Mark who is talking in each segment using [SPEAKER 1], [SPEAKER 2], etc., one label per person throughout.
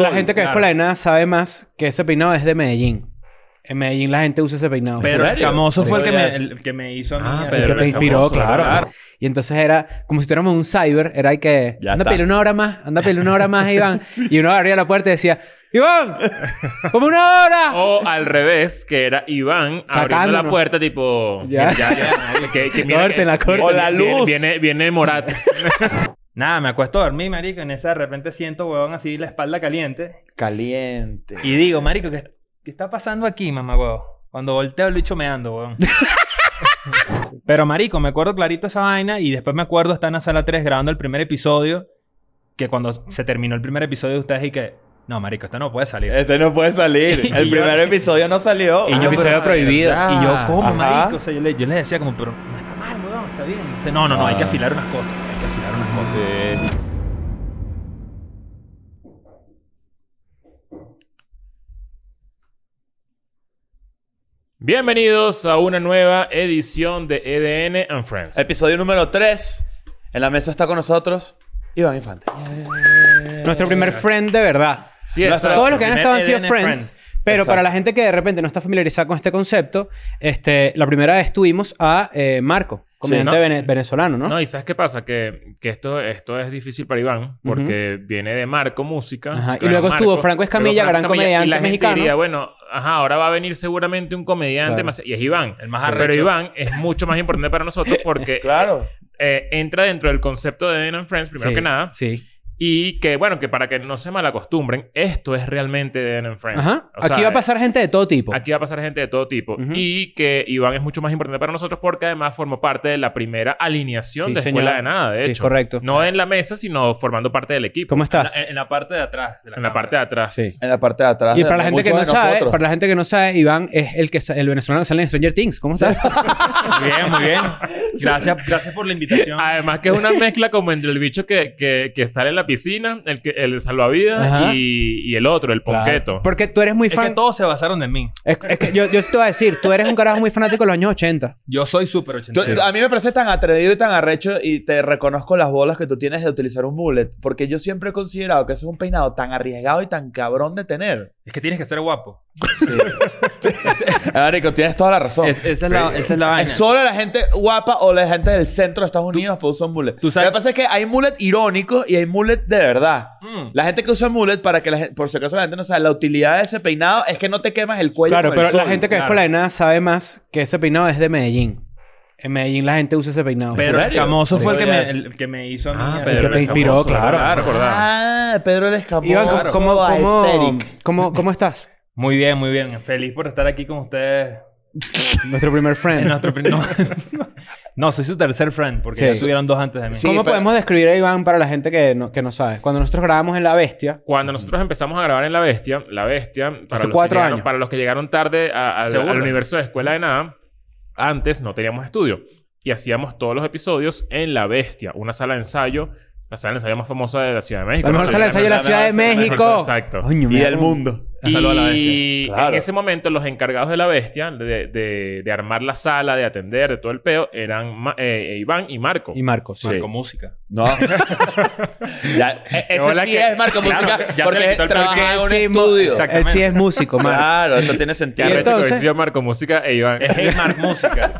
[SPEAKER 1] La gente que es por la de nada sabe más que ese peinado es de Medellín. En Medellín la gente usa ese peinado.
[SPEAKER 2] Pero el famoso fue el que,
[SPEAKER 3] Oye,
[SPEAKER 2] me,
[SPEAKER 3] es-
[SPEAKER 2] el que me hizo a mí.
[SPEAKER 3] Ah,
[SPEAKER 2] así.
[SPEAKER 1] el
[SPEAKER 3] pero
[SPEAKER 1] que te
[SPEAKER 3] es
[SPEAKER 1] inspiró,
[SPEAKER 3] famoso,
[SPEAKER 1] claro.
[SPEAKER 3] claro.
[SPEAKER 1] Y entonces era como si tuviéramos un cyber. Era el que...
[SPEAKER 4] Ya
[SPEAKER 1] anda a
[SPEAKER 4] está.
[SPEAKER 1] pedir una hora más. Anda a pedir una hora más, Iván. Y uno abría la puerta y decía... ¡Iván! ¡Como una hora!
[SPEAKER 3] O al revés, que era Iván abriendo
[SPEAKER 1] Sacándonos.
[SPEAKER 3] la puerta, tipo.
[SPEAKER 1] Ya.
[SPEAKER 3] ya, ya, que, que mira que-
[SPEAKER 1] Córtenla, córtenla.
[SPEAKER 4] O la
[SPEAKER 3] viene-
[SPEAKER 4] luz.
[SPEAKER 3] Viene, viene Morat.
[SPEAKER 2] Nada, me acuesto a dormir, marico. En esa de repente siento, huevón, así la espalda caliente.
[SPEAKER 4] Caliente.
[SPEAKER 2] Y digo, marico, ¿qué, qué está pasando aquí, mamá, huevón? Cuando volteo, el bicho me ando, huevón. Pero, marico, me acuerdo clarito esa vaina. Y después me acuerdo estar en la sala 3 grabando el primer episodio. Que cuando se terminó el primer episodio, ustedes y que... No, marico, esto no puede salir.
[SPEAKER 4] Este no puede salir. El
[SPEAKER 2] Y yo-
[SPEAKER 4] primer episodio no salió.
[SPEAKER 2] Y yo
[SPEAKER 4] Ah,
[SPEAKER 2] pensé-
[SPEAKER 3] Episodio
[SPEAKER 2] pero-
[SPEAKER 3] prohibido.
[SPEAKER 2] Y yo, ¿cómo,
[SPEAKER 4] Ajá.
[SPEAKER 2] marico? O sea, yo le, yo le decía como, pero no está mal, weón, está bien. Dice, no, no, no, hay que
[SPEAKER 4] Ah.
[SPEAKER 2] afilar unas cosas, hay que afilar unas cosas.
[SPEAKER 4] Sí.
[SPEAKER 3] Bienvenidos a una nueva edición de EDN and Friends.
[SPEAKER 4] Episodio número 3. En la mesa está con nosotros Iván Infante.
[SPEAKER 1] Nuestro primer friend de verdad.
[SPEAKER 3] Sí, E es
[SPEAKER 4] Nuestro-
[SPEAKER 1] Todos los que han
[SPEAKER 2] primer
[SPEAKER 1] estado han sido
[SPEAKER 2] EDN
[SPEAKER 1] friends.
[SPEAKER 2] friends.
[SPEAKER 1] Pero
[SPEAKER 4] Exacto.
[SPEAKER 1] para la gente que de repente no está familiarizada con este concepto, este, la primera vez tuvimos a eh, Marco, comediante
[SPEAKER 3] ¿no?
[SPEAKER 1] vene- venezolano, ¿no?
[SPEAKER 3] No, y ¿sabes qué pasa? Que, que esto, esto es difícil para Iván porque viene de Marco Música.
[SPEAKER 1] Ajá, y
[SPEAKER 3] claro,
[SPEAKER 1] luego estuvo
[SPEAKER 3] Marco,
[SPEAKER 1] Franco Escamilla,
[SPEAKER 3] luego
[SPEAKER 1] gran comediante
[SPEAKER 3] y la gente
[SPEAKER 1] mexicano.
[SPEAKER 3] diría, bueno, ajá, ahora va a venir seguramente un comediante
[SPEAKER 1] Claro.
[SPEAKER 3] más... Y es Iván.
[SPEAKER 2] El más
[SPEAKER 3] Sí.
[SPEAKER 2] arrecho.
[SPEAKER 3] Pero Iván es mucho más importante para nosotros porque
[SPEAKER 4] Claro.
[SPEAKER 3] eh, entra dentro del concepto de EDN and Friends, primero
[SPEAKER 1] Sí,
[SPEAKER 3] que nada.
[SPEAKER 1] Sí.
[SPEAKER 3] Y que, bueno, que para que no se malacostumbren, esto es realmente EDN and Friends.
[SPEAKER 1] Ajá.
[SPEAKER 3] O sea, eh,
[SPEAKER 1] aquí va a pasar gente de todo tipo.
[SPEAKER 3] Aquí va a pasar gente de todo tipo.
[SPEAKER 1] Ujú.
[SPEAKER 3] Y que Iván es mucho más importante para nosotros porque además formó parte de la primera alineación
[SPEAKER 1] Sí,
[SPEAKER 3] de
[SPEAKER 1] señor.
[SPEAKER 3] Escuela de Nada, de
[SPEAKER 1] Sí,
[SPEAKER 3] hecho.
[SPEAKER 1] correcto.
[SPEAKER 3] No en la mesa, sino formando parte del equipo.
[SPEAKER 1] ¿Cómo estás?
[SPEAKER 2] Eh, En, en la parte de atrás. De
[SPEAKER 3] En la parte de atrás.
[SPEAKER 1] Sí.
[SPEAKER 4] En la parte de atrás.
[SPEAKER 1] Y para la gente que no
[SPEAKER 4] muchos de
[SPEAKER 1] sabe,
[SPEAKER 4] nosotros.
[SPEAKER 1] para la gente que no sabe, Iván es el que sa- el venezolano que sale en Stranger Things. ¿Cómo estás?
[SPEAKER 2] Muy bien, muy bien. Gracias, gracias por la invitación.
[SPEAKER 3] Además que es una mezcla como entre el bicho que, que, que está en la piscina, el, que, el salvavidas
[SPEAKER 1] Ajá.
[SPEAKER 3] y, y el otro, el ponqueto.
[SPEAKER 1] Porque tú eres muy
[SPEAKER 2] es que
[SPEAKER 1] fan.
[SPEAKER 2] todos se basaron en mí.
[SPEAKER 1] Es es que yo, yo te voy a decir, tú eres un carajo muy fanático de los años 80.
[SPEAKER 2] Yo soy súper
[SPEAKER 4] Tú-
[SPEAKER 2] ochentero.
[SPEAKER 4] A mí me parece tan atrevido y tan arrecho y te reconozco las bolas que tú tienes de utilizar un mullet, porque yo siempre he considerado que eso es un peinado tan arriesgado y tan cabrón de tener.
[SPEAKER 2] Es que tienes que ser guapo.
[SPEAKER 4] Marico, tienes toda la razón.
[SPEAKER 2] Es- esa, es la, esa es la vaina.
[SPEAKER 4] Es solo la gente guapa o la gente del centro de Estados Unidos puede usar mullet.
[SPEAKER 2] tú sabes-
[SPEAKER 4] Lo que pasa es que hay mullet irónico y hay mullet de verdad.
[SPEAKER 2] Mm.
[SPEAKER 4] La gente que usa mullet, para que la gente, por si acaso la gente no sabe, la utilidad de ese peinado es que no te quemas el cuello.
[SPEAKER 1] Claro,
[SPEAKER 4] con el
[SPEAKER 1] pero la
[SPEAKER 4] sol.
[SPEAKER 1] gente que es
[SPEAKER 2] claro.
[SPEAKER 1] por la de nada sabe más que ese peinado es de Medellín. En Medellín la gente usa ese peinado.
[SPEAKER 2] Pedro
[SPEAKER 4] serio?
[SPEAKER 2] Escamoso fue el que, me,
[SPEAKER 4] Sí.
[SPEAKER 2] el que me hizo a mí.
[SPEAKER 3] Ah,
[SPEAKER 2] así.
[SPEAKER 3] Pedro
[SPEAKER 1] que te
[SPEAKER 3] el
[SPEAKER 1] inspiró,
[SPEAKER 3] Escamoso,
[SPEAKER 1] claro.
[SPEAKER 3] ¿verdad? Recordaba.
[SPEAKER 4] Ah, Pedro el Escamoso.
[SPEAKER 1] Iván, ¿cómo- ¿cómo, cómo,
[SPEAKER 4] aesthetic.
[SPEAKER 1] cómo, cómo estás?
[SPEAKER 2] Muy bien, muy bien. Feliz por estar aquí con ustedes.
[SPEAKER 1] Nuestro primer
[SPEAKER 2] En
[SPEAKER 1] friend.
[SPEAKER 2] nuestro prim- no. no, soy su tercer friend porque
[SPEAKER 1] Sí.
[SPEAKER 2] ya estuvieron dos antes de mí.
[SPEAKER 4] Sí,
[SPEAKER 1] ¿Cómo
[SPEAKER 4] pero-
[SPEAKER 1] podemos describir a Iván para la gente que no, que no sabe? Cuando nosotros grabamos en La Bestia,
[SPEAKER 3] Cuando nosotros empezamos a grabar en La Bestia, La Bestia, para,
[SPEAKER 1] Hace
[SPEAKER 3] los,
[SPEAKER 1] cuatro
[SPEAKER 3] que llegaron,
[SPEAKER 1] años.
[SPEAKER 3] para los que llegaron tarde a- a-
[SPEAKER 2] Seguro.
[SPEAKER 3] al universo de Escuela de Nada, antes no teníamos estudio y hacíamos todos los episodios en La Bestia, una sala de ensayo, la sala de ensayo más famosa de la Ciudad de México.
[SPEAKER 1] la mejor
[SPEAKER 3] ¿no?
[SPEAKER 1] sala de ensayo de la
[SPEAKER 2] mejor sala
[SPEAKER 1] Ciudad de
[SPEAKER 2] de ensayo,
[SPEAKER 1] México.
[SPEAKER 3] exacto.
[SPEAKER 1] Coño,
[SPEAKER 4] Y
[SPEAKER 1] mira
[SPEAKER 4] el
[SPEAKER 1] cómo-
[SPEAKER 4] mundo.
[SPEAKER 2] Saludo a La Bestia.
[SPEAKER 3] Y en
[SPEAKER 4] Claro.
[SPEAKER 3] ese momento los encargados de La Bestia, de, de- de armar la sala, de atender, de todo el peo, eran Ma- eh, Iván y Marco.
[SPEAKER 1] Y Marcos.
[SPEAKER 4] Sí.
[SPEAKER 2] Marco Música.
[SPEAKER 4] No. Ya, e- ese
[SPEAKER 3] Hola,
[SPEAKER 4] sí
[SPEAKER 3] que-
[SPEAKER 4] es Marco
[SPEAKER 3] Claro,
[SPEAKER 4] Música
[SPEAKER 3] ya se le
[SPEAKER 4] porque
[SPEAKER 3] quitó el
[SPEAKER 4] trabaja en un
[SPEAKER 1] Sí, mu-
[SPEAKER 4] estudio.
[SPEAKER 1] Él sí es músico, Marcos.
[SPEAKER 4] Claro, eso tiene
[SPEAKER 3] Que
[SPEAKER 4] sentido.
[SPEAKER 1] Y
[SPEAKER 3] arrecho que
[SPEAKER 1] entonces-
[SPEAKER 3] decidió Marco Música e Iván.
[SPEAKER 2] Es el Marco Música.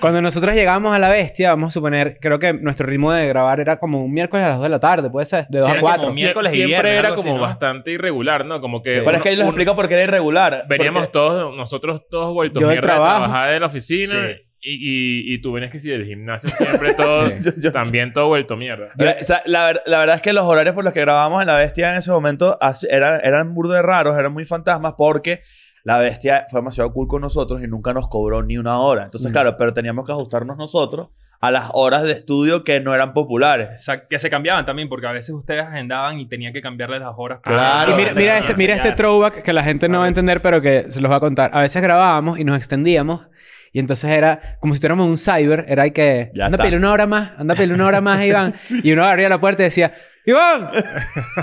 [SPEAKER 1] Cuando nosotros llegamos a La Bestia, vamos a suponer, creo que nuestro ritmo de grabar era como un miércoles a las 2 de la tarde, puede ser, de 2
[SPEAKER 2] Sí,
[SPEAKER 1] a
[SPEAKER 2] era
[SPEAKER 1] 4.
[SPEAKER 2] como miércoles y
[SPEAKER 3] siempre
[SPEAKER 2] viernes,
[SPEAKER 3] era
[SPEAKER 2] algo
[SPEAKER 3] como
[SPEAKER 2] así, ¿no?
[SPEAKER 3] bastante irregular, ¿no? Como que
[SPEAKER 1] Sí.
[SPEAKER 4] Pero es que él nos
[SPEAKER 3] uno-
[SPEAKER 4] explica por qué era irregular.
[SPEAKER 3] Veníamos
[SPEAKER 4] Porque-
[SPEAKER 3] todos, nosotros todos vueltos
[SPEAKER 1] Yo del
[SPEAKER 3] mierda de
[SPEAKER 1] trabajo.
[SPEAKER 3] trabajar de la oficina.
[SPEAKER 2] Sí.
[SPEAKER 3] Y, y, y tú vienes que si del gimnasio siempre todos,
[SPEAKER 4] Yo- yo-
[SPEAKER 3] también todo vuelto mierda.
[SPEAKER 4] Pero, o sea, la, ver- la verdad es que los horarios por los que grabamos en La Bestia en ese momento así- eran, eran burda de raros, eran muy fantasmas porque La Bestia fue demasiado cool con nosotros y nunca nos cobró ni una hora. Entonces,
[SPEAKER 1] Mm.
[SPEAKER 4] claro, pero teníamos que ajustarnos nosotros a las horas de estudio que no eran populares.
[SPEAKER 2] Exacto, que se cambiaban también porque a veces ustedes agendaban y tenía que cambiarles las horas.
[SPEAKER 4] Claro.
[SPEAKER 1] Y mira, mira este, mira este throwback que la gente no va a entender, pero que se los va a contar. A veces grabábamos y nos extendíamos. Y entonces era como si tuviéramos un cyber. Era el que...
[SPEAKER 4] Ya
[SPEAKER 1] anda a
[SPEAKER 4] está.
[SPEAKER 1] pedirle una hora más. Anda a pedirle una hora más, Iván. Y uno abría la puerta y decía... ¡Iván!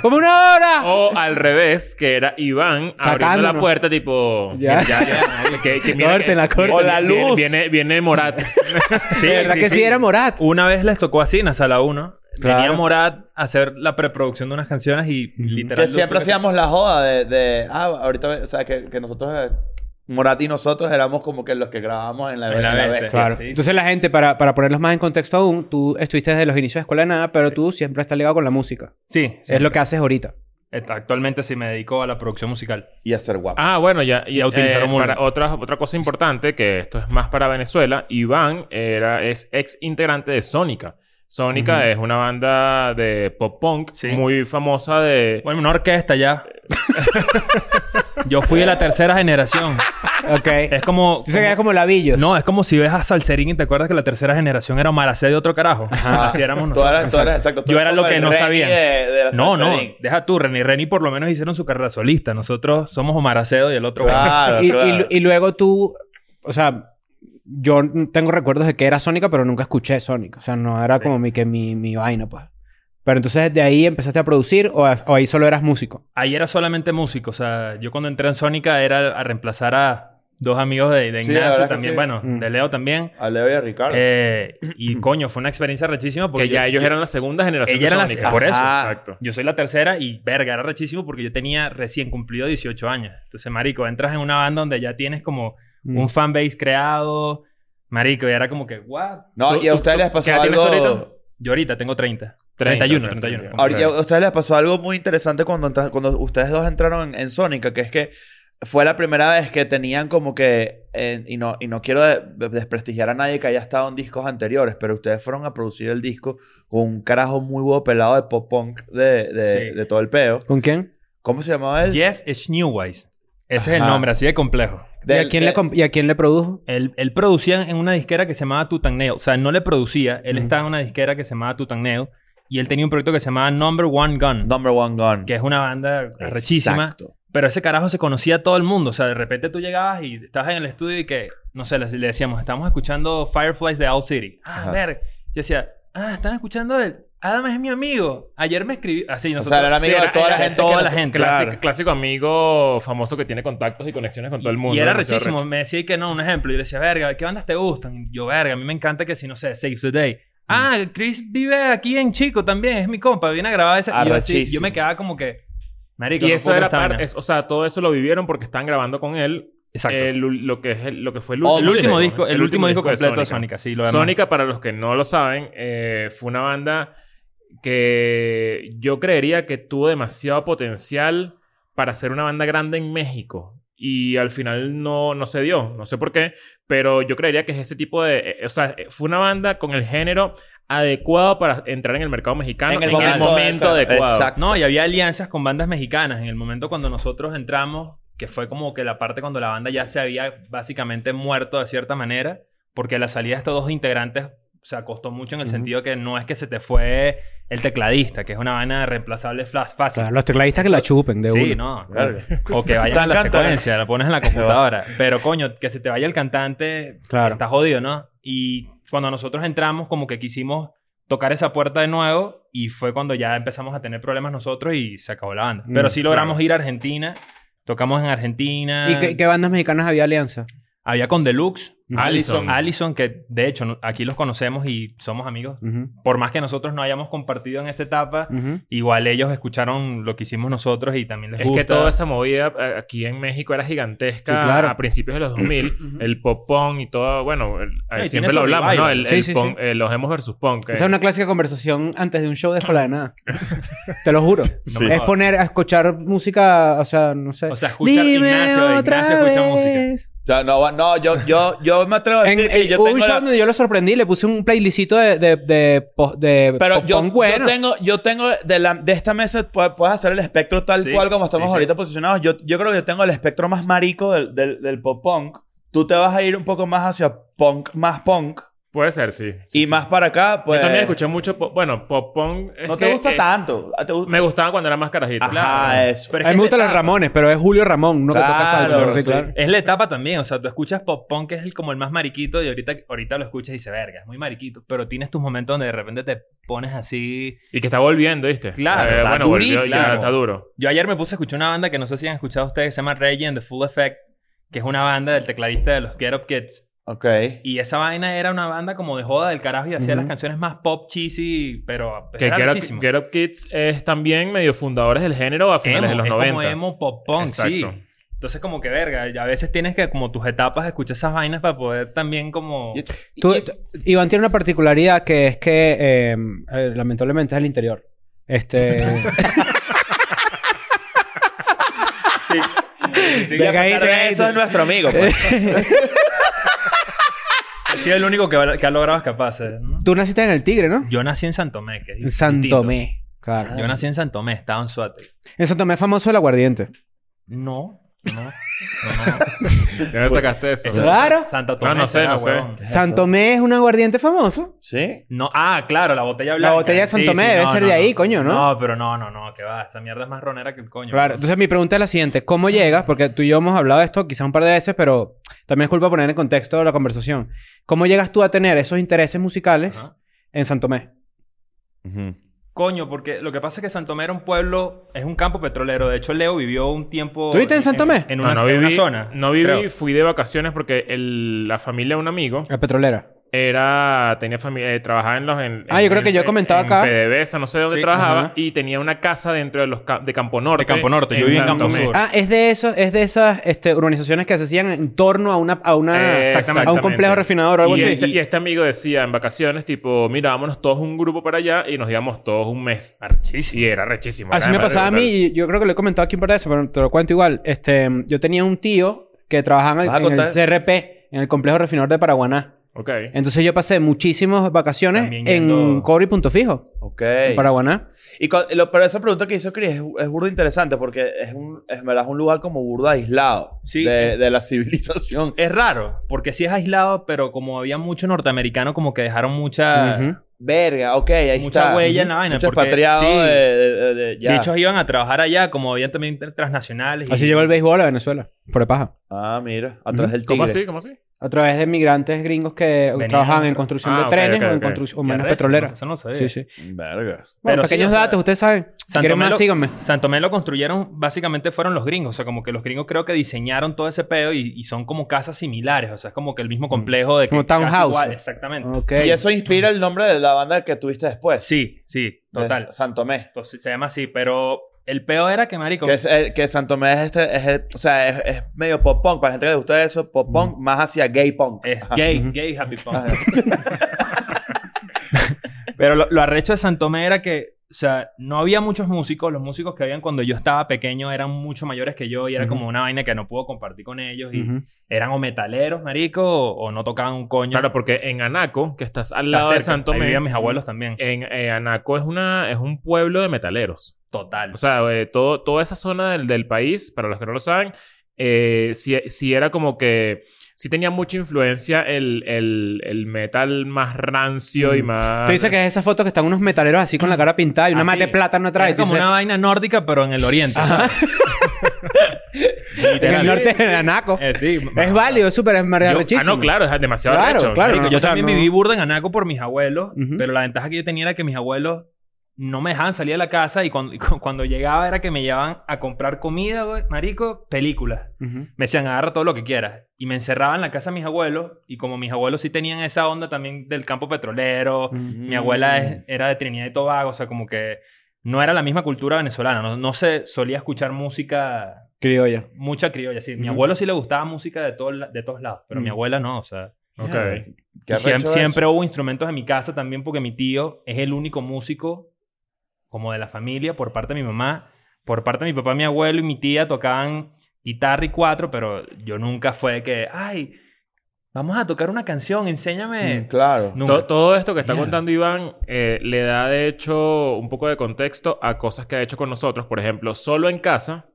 [SPEAKER 1] ¡Como una hora!
[SPEAKER 3] O al revés, que era Iván abriendo
[SPEAKER 1] Sacándonos.
[SPEAKER 3] la puerta, tipo.
[SPEAKER 1] Ya.
[SPEAKER 3] mira, que, que mira que-
[SPEAKER 1] Córtenla, córtenla.
[SPEAKER 4] O la
[SPEAKER 3] viene-
[SPEAKER 4] luz.
[SPEAKER 3] Viene, viene Morat.
[SPEAKER 2] Sí,
[SPEAKER 1] ¿Verdad que sí, era Morat?
[SPEAKER 2] Una vez les tocó así en la sala 1. Venía
[SPEAKER 1] Claro.
[SPEAKER 2] Morat a hacer la preproducción de unas canciones y
[SPEAKER 1] Ujú.
[SPEAKER 2] literalmente...
[SPEAKER 4] Que siempre hacíamos la joda de, de- ah, ahorita, o sea, que, que nosotros, eh, Morat y nosotros éramos como que los que grabábamos en
[SPEAKER 2] En
[SPEAKER 4] la,
[SPEAKER 2] la
[SPEAKER 4] en la
[SPEAKER 2] Bestia.
[SPEAKER 4] Bestia.
[SPEAKER 1] Claro.
[SPEAKER 2] sí.
[SPEAKER 1] Entonces la gente, para, para ponerlos más en contexto aún, tú estuviste desde los inicios de Escuela de Nada, pero tú siempre estás ligado con la música.
[SPEAKER 2] Sí.
[SPEAKER 1] Es
[SPEAKER 2] siempre.
[SPEAKER 1] lo que haces ahorita.
[SPEAKER 2] Et- Actualmente sí me dedico a la producción musical.
[SPEAKER 4] Y hacer guapo.
[SPEAKER 3] Ah, bueno, ya. Y,
[SPEAKER 2] Y a utilizar
[SPEAKER 3] eh,
[SPEAKER 2] un mono.
[SPEAKER 3] para otra, otra cosa importante, que esto es más para Venezuela, Iván era, es ex integrante de Sónica. Sónica es una banda de pop punk
[SPEAKER 2] Sí.
[SPEAKER 3] muy famosa de.
[SPEAKER 2] Bueno, una orquesta ya. Yo fui de la tercera generación.
[SPEAKER 1] Ok.
[SPEAKER 2] Es como...
[SPEAKER 1] Tú se quedas como labillos.
[SPEAKER 2] No, es como si ves a Salserín y te acuerdas que la tercera generación era Malacé de otro carajo. Así éramos nosotros.
[SPEAKER 4] Todas las- todas las- exacto,
[SPEAKER 2] Yo
[SPEAKER 4] todas
[SPEAKER 2] era
[SPEAKER 4] las
[SPEAKER 2] lo
[SPEAKER 4] cosas
[SPEAKER 2] que
[SPEAKER 4] de
[SPEAKER 2] no
[SPEAKER 4] Remy
[SPEAKER 2] sabía.
[SPEAKER 4] de- de la
[SPEAKER 2] No, no.
[SPEAKER 4] Salserín.
[SPEAKER 2] Deja tú, René y Reni por lo menos hicieron su carrera solista. Nosotros somos Omar Acedo y el otro.
[SPEAKER 4] Claro,
[SPEAKER 1] y, y-
[SPEAKER 4] claro.
[SPEAKER 1] y luego tú, o sea, yo tengo recuerdos de que era Sónica, pero nunca escuché Sónica. O sea, no era como mi, que mi, mi vaina, pues. Pero entonces de ahí empezaste a producir o, a- o ahí solo eras músico.
[SPEAKER 2] Ahí era solamente músico. O sea, yo cuando entré en Sónica era a reemplazar a dos amigos de, de
[SPEAKER 4] Sí, la
[SPEAKER 2] Ignacio
[SPEAKER 4] verdad que
[SPEAKER 2] también.
[SPEAKER 4] sí.
[SPEAKER 2] Bueno,
[SPEAKER 1] Mm.
[SPEAKER 2] de Leo también.
[SPEAKER 4] A Leo y a Ricardo.
[SPEAKER 2] Eh, y coño, fue una experiencia rechísima porque
[SPEAKER 3] que ya
[SPEAKER 2] yo-
[SPEAKER 3] ellos
[SPEAKER 2] yo-
[SPEAKER 3] eran la segunda generación.
[SPEAKER 2] Ella
[SPEAKER 3] de
[SPEAKER 2] era la-
[SPEAKER 3] Sónica.
[SPEAKER 2] por eso.
[SPEAKER 4] Ajá.
[SPEAKER 3] Exacto.
[SPEAKER 2] Yo soy la tercera y verga, era rechísimo porque yo tenía recién cumplido 18 años. Entonces, marico, entras en una banda donde ya tienes como
[SPEAKER 1] Mm.
[SPEAKER 2] un fanbase creado. Marico, y era como que, what?
[SPEAKER 4] no,
[SPEAKER 2] Tú-
[SPEAKER 4] y a
[SPEAKER 2] tú-
[SPEAKER 4] ustedes
[SPEAKER 2] tú-
[SPEAKER 4] les pasó
[SPEAKER 2] ¿qué edad tienes tú ahorita?
[SPEAKER 4] algo...
[SPEAKER 2] Yo ahorita tengo 30.
[SPEAKER 3] 30,
[SPEAKER 2] 31,
[SPEAKER 3] 31.
[SPEAKER 2] 31.
[SPEAKER 4] ahorita- a ustedes les pasó algo muy interesante cuando, entra- cuando ustedes dos entraron en, en Sónica, que es que fue la primera vez que tenían como que... eh, y, no, y no quiero de- de- desprestigiar a nadie que haya estado en discos anteriores, pero ustedes fueron a producir el disco con un carajo muy huevo pelado de pop-punk de, de,
[SPEAKER 2] Sí.
[SPEAKER 4] de todo el peo.
[SPEAKER 1] ¿Con quién?
[SPEAKER 4] ¿Cómo se llamaba él?
[SPEAKER 2] Jeff Schnewwise. Ese es el
[SPEAKER 4] Ajá.
[SPEAKER 2] nombre, así de complejo.
[SPEAKER 1] ¿Y,
[SPEAKER 4] Del-
[SPEAKER 1] a quién le
[SPEAKER 4] eh,
[SPEAKER 1] comp- y a quién le produjo?
[SPEAKER 2] Él, él producía en una disquera que se llamaba Tutaneo. O sea, él no le producía. Él
[SPEAKER 1] Ujú.
[SPEAKER 2] estaba en una disquera que se llamaba Tutaneo. Y él tenía un proyecto que se llamaba Number One Gun.
[SPEAKER 4] Number One Gun.
[SPEAKER 2] que es una banda rechísima.
[SPEAKER 4] Exacto.
[SPEAKER 2] Pero ese carajo se conocía a todo el mundo. O sea, de repente tú llegabas y estabas en el estudio y que, no sé, le, le decíamos, estamos escuchando Fireflies de Owl City. Ah,
[SPEAKER 4] Ajá.
[SPEAKER 2] ver. Yo decía, ah, están escuchando el. Adam es mi amigo. Ayer me escribió. Así,
[SPEAKER 4] O
[SPEAKER 2] nosotros.
[SPEAKER 4] sea, era amigo
[SPEAKER 3] Sí,
[SPEAKER 4] de toda la
[SPEAKER 3] era
[SPEAKER 4] gente.
[SPEAKER 2] toda
[SPEAKER 4] que
[SPEAKER 2] la
[SPEAKER 4] nos-
[SPEAKER 2] gente.
[SPEAKER 3] Clásico,
[SPEAKER 4] Claro.
[SPEAKER 3] clásico amigo famoso que tiene contactos y conexiones con todo el mundo.
[SPEAKER 2] Y era
[SPEAKER 3] demasiado
[SPEAKER 2] rechísimo.
[SPEAKER 3] recho.
[SPEAKER 2] Me decía que no, un ejemplo. Yo le decía, verga, ¿qué bandas te gustan? Y yo, verga, a mí me encanta que si, no sé, Save the
[SPEAKER 3] Mm.
[SPEAKER 2] Day. Ah, Chris vive aquí en Chico también. Es mi compa. Viene a grabar esa. Y yo, así,
[SPEAKER 4] Arrechísimo.
[SPEAKER 2] yo me quedaba como que... Marico,
[SPEAKER 3] Y
[SPEAKER 2] no
[SPEAKER 3] eso
[SPEAKER 2] puedo
[SPEAKER 3] era
[SPEAKER 2] esta
[SPEAKER 3] parte.
[SPEAKER 2] vaina".
[SPEAKER 3] es- O sea, todo eso lo vivieron porque están grabando con él.
[SPEAKER 2] Exacto.
[SPEAKER 3] el- lo, que es el- lo que fue el
[SPEAKER 4] Once.
[SPEAKER 2] El
[SPEAKER 3] último,
[SPEAKER 2] último disco, el, último disco
[SPEAKER 3] de
[SPEAKER 2] completo de Sónica,
[SPEAKER 3] Sónica.
[SPEAKER 2] sí, lo demás.
[SPEAKER 3] Sónica, para los que no lo saben, eh, fue una banda que yo creería que tuvo demasiado potencial para ser una banda grande en México. Y al final no, no se dio, no sé por qué, pero yo creería que es ese tipo de... eh, o sea, eh, fue una banda con el género adecuado para entrar en el mercado mexicano Ah, en el momento, adecuado.
[SPEAKER 4] Exacto.
[SPEAKER 2] No, y había alianzas con bandas mexicanas. En el momento cuando nosotros entramos, que fue como que la parte cuando la banda ya se había básicamente muerto de cierta manera, porque la salida de estos dos integrantes se acostó mucho en el
[SPEAKER 1] Ujú.
[SPEAKER 2] sentido que no es que se te fue el tecladista, que es una vaina reemplazable flash
[SPEAKER 1] O
[SPEAKER 2] fácil.
[SPEAKER 1] sea, los tecladistas que la chupen de
[SPEAKER 2] Sí,
[SPEAKER 1] uno.
[SPEAKER 2] no.
[SPEAKER 4] Claro.
[SPEAKER 2] O que vaya a la
[SPEAKER 4] Tan cántaro.
[SPEAKER 2] secuencia, la pones en la computadora. Pero coño, que se te vaya el cantante,
[SPEAKER 1] Claro.
[SPEAKER 2] está jodido, ¿no? Y cuando nosotros entramos, como que quisimos tocar esa puerta de nuevo y fue cuando ya empezamos a tener problemas nosotros y se acabó la banda.
[SPEAKER 1] Mm,
[SPEAKER 2] Pero sí logramos ir a Argentina, tocamos en Argentina.
[SPEAKER 1] ¿Y qué, qué bandas mexicanas había alianza?
[SPEAKER 2] Había con Deluxe,
[SPEAKER 1] Ujú.
[SPEAKER 3] Allison.
[SPEAKER 2] Allison, que de hecho no- aquí los conocemos y somos amigos.
[SPEAKER 1] Ujú,
[SPEAKER 2] Por más que nosotros no hayamos compartido en esa etapa,
[SPEAKER 1] ujú.
[SPEAKER 2] igual ellos escucharon lo que hicimos nosotros y también les
[SPEAKER 3] Es
[SPEAKER 2] gusta.
[SPEAKER 3] que toda esa movida eh, aquí en México era gigantesca
[SPEAKER 1] Sí, claro.
[SPEAKER 3] a principios de los 2000. el pop-punk y todo, bueno, el- ahí
[SPEAKER 2] tiene
[SPEAKER 3] siempre
[SPEAKER 2] su
[SPEAKER 3] lo hablamos, ¿no?
[SPEAKER 2] revival.
[SPEAKER 3] El,
[SPEAKER 1] Sí,
[SPEAKER 3] el
[SPEAKER 1] sí,
[SPEAKER 3] punk,
[SPEAKER 1] sí.
[SPEAKER 3] eh, los hemos versus punk. eh.
[SPEAKER 1] Esa es una clásica conversación antes de un show de escuela de nada. Te lo juro.
[SPEAKER 4] Sí.
[SPEAKER 1] Es poner a escuchar música, o sea, no sé.
[SPEAKER 2] O sea, escuchar Ignacio,
[SPEAKER 1] otra
[SPEAKER 2] Ignacio escucha música.
[SPEAKER 1] vez.
[SPEAKER 4] O sea, no, va- no yo, yo, yo me atrevo a
[SPEAKER 1] En,
[SPEAKER 4] decir que
[SPEAKER 1] en-
[SPEAKER 4] yo
[SPEAKER 1] hubo un
[SPEAKER 4] tengo
[SPEAKER 1] show
[SPEAKER 4] la-
[SPEAKER 1] donde yo lo sorprendí, le puse un playlistito de, de, de, pos- de
[SPEAKER 4] Pero
[SPEAKER 1] pop
[SPEAKER 4] yo,
[SPEAKER 1] punk
[SPEAKER 4] yo tengo, yo tengo de, la, de esta mesa, pu- puedes hacer el espectro tal
[SPEAKER 2] Sí,
[SPEAKER 4] cual como estamos
[SPEAKER 2] sí, sí.
[SPEAKER 4] ahorita posicionados. Yo, yo creo que yo tengo el espectro más marico del, del, del pop punk. Tú te vas a ir un poco más hacia punk, más punk.
[SPEAKER 3] Puede ser, sí. Sí,
[SPEAKER 4] y
[SPEAKER 3] sí.
[SPEAKER 4] más para acá, pues.
[SPEAKER 3] Yo también escuché mucho, pop- bueno, pop-punk. es
[SPEAKER 4] No te
[SPEAKER 3] que,
[SPEAKER 4] gusta
[SPEAKER 3] eh,
[SPEAKER 4] tanto. Ah, Te gusta-
[SPEAKER 3] Me gustaba cuando era más carajito.
[SPEAKER 4] Ajá, eso.
[SPEAKER 2] Pero es
[SPEAKER 1] A mí
[SPEAKER 2] que
[SPEAKER 1] me gustan
[SPEAKER 2] es
[SPEAKER 1] los
[SPEAKER 2] etapa.
[SPEAKER 1] Ramones, pero es Julio Ramón, uno que toca
[SPEAKER 4] Claro,
[SPEAKER 1] salsa. sí,
[SPEAKER 4] sí.
[SPEAKER 1] claro.
[SPEAKER 2] Es la etapa también, o sea, tú escuchas pop punk que es el, como el más mariquito y ahorita, ahorita lo escuchas y dices, verga, es muy mariquito, pero tienes tus momentos donde de repente te pones así.
[SPEAKER 3] Y que está volviendo, ¿viste?
[SPEAKER 2] Claro,
[SPEAKER 3] Eh,
[SPEAKER 4] está
[SPEAKER 3] bueno, volvió y ya
[SPEAKER 4] durísimo.
[SPEAKER 3] está duro.
[SPEAKER 2] Yo ayer me puse a escuchar una banda que no sé si han escuchado ustedes, que se llama Rage and the Full Effect, que es una banda del tecladista de los Get Up Kids,
[SPEAKER 4] Ok.
[SPEAKER 2] Y esa vaina era una banda como de joda del carajo y hacía
[SPEAKER 1] Ujú.
[SPEAKER 2] las canciones más pop cheesy, pero
[SPEAKER 3] Que
[SPEAKER 2] era
[SPEAKER 3] Get Up,
[SPEAKER 2] muchísimo.
[SPEAKER 3] Get Up Kids es también medio fundadores del género a finales
[SPEAKER 2] Emo,
[SPEAKER 3] de los
[SPEAKER 2] es
[SPEAKER 3] 90.
[SPEAKER 2] como emo pop punk, sí.
[SPEAKER 3] Exacto.
[SPEAKER 2] Entonces como que verga, y a veces tienes que como tus etapas escuchar esas vainas para poder también como
[SPEAKER 4] Y-
[SPEAKER 1] Tú- tú- Iván tiene una particularidad que es que eh, eh, lamentablemente es el interior. Este,
[SPEAKER 4] Y a pesar de eso es nuestro amigo. pues.
[SPEAKER 2] He sido el único que, que ha logrado escaparse. ¿no?
[SPEAKER 1] tú naciste en el Tigre, ¿no?
[SPEAKER 2] Yo nací en Santomé, que es
[SPEAKER 1] En
[SPEAKER 2] distinto.
[SPEAKER 1] Santomé. Claro.
[SPEAKER 2] Yo nací en Santomé, estaba en Suárez.
[SPEAKER 1] En Santomé es famoso el aguardiente.
[SPEAKER 2] No, no, no, no.
[SPEAKER 3] ¿De dónde sacaste eso?
[SPEAKER 2] Eso es
[SPEAKER 1] Claro.
[SPEAKER 2] Santo Tomé.
[SPEAKER 3] No, no sé,
[SPEAKER 2] será,
[SPEAKER 3] no sé.
[SPEAKER 2] huevón.
[SPEAKER 4] eso?
[SPEAKER 1] Santomé es un aguardiente famoso.
[SPEAKER 4] ¿Sí?
[SPEAKER 2] No, ah, claro, la botella blanca.
[SPEAKER 1] botella de Santo Tomé debe ser de ahí, coño, ¿no?
[SPEAKER 2] No, pero no, no, no, que va. Esa mierda es más ronera que el coño.
[SPEAKER 1] Claro. Entonces mi pregunta es la siguiente. ¿Cómo llegas? Porque tú y yo hemos hablado de esto quizás un par de veces, pero también es culpa poner en contexto la conversación. ¿Cómo llegas tú a tener esos intereses musicales
[SPEAKER 2] Ajá.
[SPEAKER 1] en Santomé?
[SPEAKER 2] Coño, porque lo que pasa es que Santomé era un pueblo, es un campo petrolero. De hecho, Leo vivió un tiempo.
[SPEAKER 1] ¿Tú viste en Santo Tomé?
[SPEAKER 2] En, en una,
[SPEAKER 3] no, no
[SPEAKER 2] en
[SPEAKER 3] viví,
[SPEAKER 2] una zona.
[SPEAKER 3] No viví,
[SPEAKER 2] creo.
[SPEAKER 3] fui de vacaciones porque el- la familia de un amigo
[SPEAKER 1] La petrolera.
[SPEAKER 3] era tenía familia trabajaba en los en,
[SPEAKER 1] Ah, yo
[SPEAKER 3] en-
[SPEAKER 1] creo que yo he
[SPEAKER 3] en-
[SPEAKER 1] comentado
[SPEAKER 3] en
[SPEAKER 1] acá.
[SPEAKER 3] PDVSA, no sé dónde
[SPEAKER 2] Sí,
[SPEAKER 3] trabajaba
[SPEAKER 1] ajá.
[SPEAKER 3] y tenía una casa dentro de los ca- de Campo Norte
[SPEAKER 2] De Campo Norte, yo viví en
[SPEAKER 3] Santo
[SPEAKER 2] Campo
[SPEAKER 3] Tomé.
[SPEAKER 2] Sur.
[SPEAKER 1] Ah, es de esos, es de esas este, urbanizaciones que se hacían en torno a una, a una
[SPEAKER 3] Eh,
[SPEAKER 1] Ah, a un
[SPEAKER 3] exactamente.
[SPEAKER 1] complejo refinador o algo
[SPEAKER 3] y,
[SPEAKER 1] así.
[SPEAKER 3] este, y este amigo decía en vacaciones, tipo, mira, vámonos todos un grupo para allá y nos íbamos todos un mes.
[SPEAKER 2] Arrechísimo.
[SPEAKER 3] Y era rechísimo.
[SPEAKER 1] Así me pasaba a mí, y yo creo que lo he comentado aquí un par de veces, pero te lo cuento igual. Este, yo tenía un tío que trabajaba en
[SPEAKER 4] ¿Vas a
[SPEAKER 1] el, en el
[SPEAKER 4] contar?
[SPEAKER 1] CRP, en el complejo refinador de Paraguaná.
[SPEAKER 3] Ok.
[SPEAKER 1] Entonces yo pasé muchísimas vacaciones
[SPEAKER 2] También
[SPEAKER 1] en
[SPEAKER 2] yendo-
[SPEAKER 1] cobre y punto fijo,
[SPEAKER 4] Ok.
[SPEAKER 1] en Paraguaná.
[SPEAKER 4] Y con- lo- pero esa pregunta que hizo Chris es, es burda interesante porque es un, es, en verdad es un lugar como burda aislado
[SPEAKER 2] Sí.
[SPEAKER 4] de, de la civilización.
[SPEAKER 2] Es raro, porque sí es aislado, pero como había mucho norteamericano, como que dejaron mucha.
[SPEAKER 1] Ujú.
[SPEAKER 4] Verga, ok, ahí
[SPEAKER 2] Mucha
[SPEAKER 4] está.
[SPEAKER 2] huella en la vaina,
[SPEAKER 4] Mucho
[SPEAKER 2] porque-
[SPEAKER 4] expatriado
[SPEAKER 2] sí.
[SPEAKER 4] de, de- de- de- ya.
[SPEAKER 2] Bichos iban a trabajar allá, como habían también transnacionales. y-
[SPEAKER 1] Así llegó el béisbol a Venezuela, por de paja.
[SPEAKER 4] Ah, mira, atrás del tigre.
[SPEAKER 3] ¿Cómo así? ¿Cómo así?
[SPEAKER 1] A través de migrantes gringos que
[SPEAKER 2] Venían-
[SPEAKER 1] trabajaban en construcción
[SPEAKER 3] Ah,
[SPEAKER 1] de
[SPEAKER 3] ok,
[SPEAKER 1] trenes
[SPEAKER 3] ok,
[SPEAKER 1] o en
[SPEAKER 3] ok.
[SPEAKER 1] construcción o
[SPEAKER 2] Qué
[SPEAKER 1] menos
[SPEAKER 2] arrecho,
[SPEAKER 1] petrolera.
[SPEAKER 2] ¿no? Eso no sabía.
[SPEAKER 1] Sí, sí.
[SPEAKER 4] Verga.
[SPEAKER 1] Bueno,
[SPEAKER 2] Pero sí,
[SPEAKER 1] pequeños
[SPEAKER 2] o sea,
[SPEAKER 1] datos, ustedes saben. Si
[SPEAKER 2] Santo
[SPEAKER 1] quieren más,
[SPEAKER 2] Melo-
[SPEAKER 1] síganme.
[SPEAKER 2] Santo Mé lo construyeron, básicamente fueron los gringos. O sea, como que los gringos creo que diseñaron todo ese pedo y, y son como casas similares. O sea, es como que el
[SPEAKER 3] Mm.
[SPEAKER 2] mismo complejo de que
[SPEAKER 1] Como
[SPEAKER 2] casi
[SPEAKER 1] townhouse.
[SPEAKER 2] igual, exactamente.
[SPEAKER 1] Ok.
[SPEAKER 4] Y eso inspira el nombre de la banda que tuviste después.
[SPEAKER 2] Sí, sí,
[SPEAKER 4] de
[SPEAKER 2] total.
[SPEAKER 4] S- Santomé.
[SPEAKER 2] Entonces, se llama así, pero el pedo era que, marico,
[SPEAKER 4] Que, es el- que Santomé es este, es el- o sea, es, es medio pop punk. Para la gente que le gusta eso, pop punk más hacia gay punk.
[SPEAKER 2] es
[SPEAKER 4] Ajá.
[SPEAKER 2] gay,
[SPEAKER 1] Ujú.
[SPEAKER 2] gay happy punk.
[SPEAKER 4] Ajá.
[SPEAKER 2] Pero lo, lo arrecho de Santomé era que, o sea, no había muchos músicos. Los músicos que habían cuando yo estaba pequeño eran mucho mayores que yo y era
[SPEAKER 1] Ujú.
[SPEAKER 2] como una vaina que no puedo compartir con ellos. Y
[SPEAKER 1] Ujú.
[SPEAKER 2] eran o metaleros, marico, o, o no tocaban un coño.
[SPEAKER 3] Claro, porque en Anaco, que estás al
[SPEAKER 2] Está
[SPEAKER 3] lado de
[SPEAKER 2] cerca.
[SPEAKER 3] Santo
[SPEAKER 2] Ahí
[SPEAKER 3] Tomé,
[SPEAKER 2] vivían mis abuelos también.
[SPEAKER 3] en eh, Anaco es una es un pueblo de metaleros.
[SPEAKER 2] Total.
[SPEAKER 3] O sea, eh, todo, toda esa zona del, del país, para los que no lo saben, eh, sí, sí era como que... Sí tenía mucha influencia el, el, el metal más rancio y
[SPEAKER 1] Mm.
[SPEAKER 3] más...
[SPEAKER 1] Tú dices que es esa foto que están unos metaleros así con la cara pintada y una
[SPEAKER 2] Así.
[SPEAKER 1] mate plátano atrás. y
[SPEAKER 2] Era
[SPEAKER 1] tú
[SPEAKER 2] como
[SPEAKER 1] dices,
[SPEAKER 2] una vaina nórdica, pero en el oriente.
[SPEAKER 1] En el
[SPEAKER 2] Literal.
[SPEAKER 1] norte de Anaco.
[SPEAKER 2] Eh, sí,
[SPEAKER 1] Es válido, es súper es
[SPEAKER 3] Yo-
[SPEAKER 1] arrechísimo.
[SPEAKER 3] ah, no, claro, es demasiado
[SPEAKER 1] Claro,
[SPEAKER 3] arrecho.
[SPEAKER 1] claro.
[SPEAKER 2] Marico,
[SPEAKER 1] no,
[SPEAKER 2] yo
[SPEAKER 1] o sea,
[SPEAKER 2] también
[SPEAKER 1] no.
[SPEAKER 2] viví burda en Anaco por mis abuelos,
[SPEAKER 1] Ujú.
[SPEAKER 2] pero la ventaja que yo tenía era que mis abuelos no me dejaban salir de la casa y cuando, y cu- cuando llegaba era que me llevaban a comprar comida, güey, marico, películas.
[SPEAKER 1] Ujú.
[SPEAKER 2] Me decían, agarra todo lo que quieras. Y me encerraban en la casa de mis abuelos. Y como mis abuelos sí tenían esa onda también del campo petrolero, Mi abuela
[SPEAKER 4] Mm.
[SPEAKER 2] es- era de Trinidad y Tobago, o sea, como que no era la misma cultura venezolana, no, no se solía escuchar música,
[SPEAKER 1] Criolla.
[SPEAKER 2] mucha criolla. Sí, mi
[SPEAKER 1] Ujú.
[SPEAKER 2] abuelo sí le gustaba música de, todo la- de todos lados, pero mi
[SPEAKER 1] Ujú.
[SPEAKER 2] abuela no, o sea.
[SPEAKER 4] Mm,
[SPEAKER 3] Ok.
[SPEAKER 2] Y
[SPEAKER 4] Qué
[SPEAKER 2] siem-
[SPEAKER 4] arrecho
[SPEAKER 2] siempre,
[SPEAKER 4] eso.
[SPEAKER 2] hubo instrumentos en mi casa también porque mi tío es el único músico como de la familia por parte de mi mamá, por parte de mi papá, mi abuelo y mi tía tocaban guitarra y cuatro, pero yo nunca fue de que, ay, vamos a tocar una canción, enséñame.
[SPEAKER 4] Mm, Claro.
[SPEAKER 2] Nunca.
[SPEAKER 3] To- todo esto que está
[SPEAKER 2] Mierda.
[SPEAKER 3] contando Iván eh, le da, de hecho, un poco de contexto a cosas que ha hecho con nosotros. Por ejemplo, Solo en Casa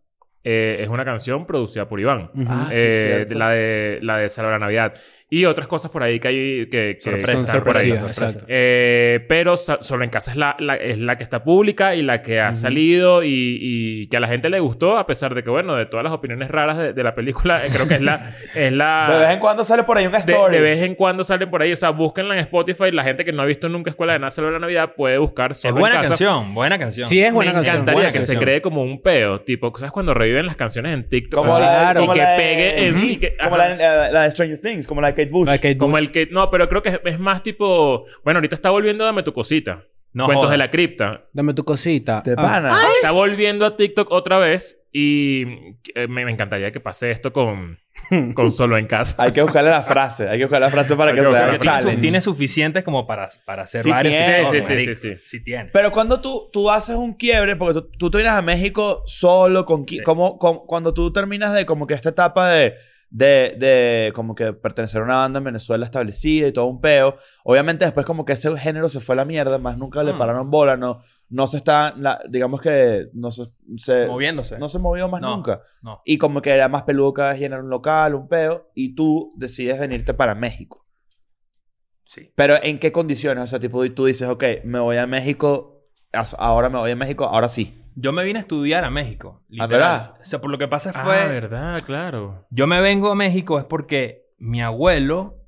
[SPEAKER 3] eh, es una canción producida por Iván.
[SPEAKER 1] Ujú.
[SPEAKER 4] Ah, sí,
[SPEAKER 3] Eh,
[SPEAKER 4] cierto.
[SPEAKER 3] la de la de Salva la Navidad. Y otras cosas por ahí que hay que, que
[SPEAKER 2] Sorpresa,
[SPEAKER 3] están por ahí.
[SPEAKER 1] sorpresivas, exacto.
[SPEAKER 3] Eh, pero Sa- Solo en Casa es la, la- es la que está pública y la que ha
[SPEAKER 1] Ujú.
[SPEAKER 3] salido y, y que a la gente le gustó, a pesar de que, bueno, de todas las opiniones raras de, de la película, eh, creo que es la. es la
[SPEAKER 4] De vez en cuando sale por ahí una
[SPEAKER 3] de,
[SPEAKER 4] story.
[SPEAKER 3] de vez en cuando salen por ahí. O sea, búsquenla en Spotify. La gente que no ha visto nunca Escuela de Nada Celebra la Navidad puede buscar
[SPEAKER 2] Es
[SPEAKER 3] solo en
[SPEAKER 2] buena
[SPEAKER 3] casa.
[SPEAKER 2] canción, buena canción.
[SPEAKER 1] Sí, es buena
[SPEAKER 3] Me
[SPEAKER 1] canción.
[SPEAKER 3] encantaría
[SPEAKER 1] buena
[SPEAKER 3] que se
[SPEAKER 1] canción.
[SPEAKER 3] cree como un peo. Tipo, ¿sabes cuando reviven las canciones en TikTok.
[SPEAKER 4] Como
[SPEAKER 3] así,
[SPEAKER 4] la,
[SPEAKER 1] claro.
[SPEAKER 4] como
[SPEAKER 3] y que
[SPEAKER 4] la de-
[SPEAKER 3] pegue en sí. que-
[SPEAKER 4] Como
[SPEAKER 3] ajá.
[SPEAKER 4] la, la- la de Stranger Things, como la de Kate Bush.
[SPEAKER 1] La de Kate
[SPEAKER 3] Como
[SPEAKER 1] Bush.
[SPEAKER 3] el que... No, pero creo que es, es más tipo... Bueno, ahorita está volviendo Dame tu cosita.
[SPEAKER 2] No
[SPEAKER 3] Cuentos
[SPEAKER 2] jodas.
[SPEAKER 3] de la cripta.
[SPEAKER 1] Dame tu cosita.
[SPEAKER 4] De
[SPEAKER 1] Ah.
[SPEAKER 4] pana.
[SPEAKER 3] Está volviendo a TikTok otra vez y eh, me, me encantaría que pase esto con, con Solo en Casa.
[SPEAKER 4] Hay que buscarle la frase. Hay que buscar la frase para
[SPEAKER 3] Hay
[SPEAKER 4] que
[SPEAKER 3] que
[SPEAKER 4] sea
[SPEAKER 3] buscarle
[SPEAKER 4] un
[SPEAKER 3] la frase.
[SPEAKER 4] challenge.
[SPEAKER 2] Tiene, suficientes como para, para hacer
[SPEAKER 4] Sí
[SPEAKER 2] varios.
[SPEAKER 4] tiene,
[SPEAKER 2] Ok,
[SPEAKER 3] sí, sí,
[SPEAKER 2] marico,
[SPEAKER 3] sí, sí.
[SPEAKER 2] tiene.
[SPEAKER 4] Pero cuando tú, tú haces un quiebre, porque tú, tú te vienes a México solo, con, qui-
[SPEAKER 3] Sí.
[SPEAKER 4] como, como- cuando tú terminas de como que esta etapa de, de, de como que pertenecer a una banda en Venezuela establecida y todo un peo, obviamente después como que ese género se fue a la mierda, más nunca le
[SPEAKER 2] Mm.
[SPEAKER 4] pararon bola, no, no se está, la- digamos que no se, se-
[SPEAKER 2] Moviéndose.
[SPEAKER 4] Eh, no se movió más
[SPEAKER 2] No,
[SPEAKER 4] nunca.
[SPEAKER 2] no.
[SPEAKER 4] Y como que era más peludo cada vez llenar un local, un peo, y tú decides venirte para México.
[SPEAKER 2] Sí.
[SPEAKER 4] Pero ¿en qué condiciones? O sea, tipo, tú dices, ok, me voy a México, as- ahora me voy a México, ahora sí.
[SPEAKER 2] Yo me vine a estudiar a México.
[SPEAKER 4] Ah,
[SPEAKER 2] Literal.
[SPEAKER 4] ¿verdad?
[SPEAKER 2] O sea, por lo que pasa
[SPEAKER 3] Ah,
[SPEAKER 2] fue...
[SPEAKER 3] verdad, claro.
[SPEAKER 2] Yo me vengo a México es porque mi abuelo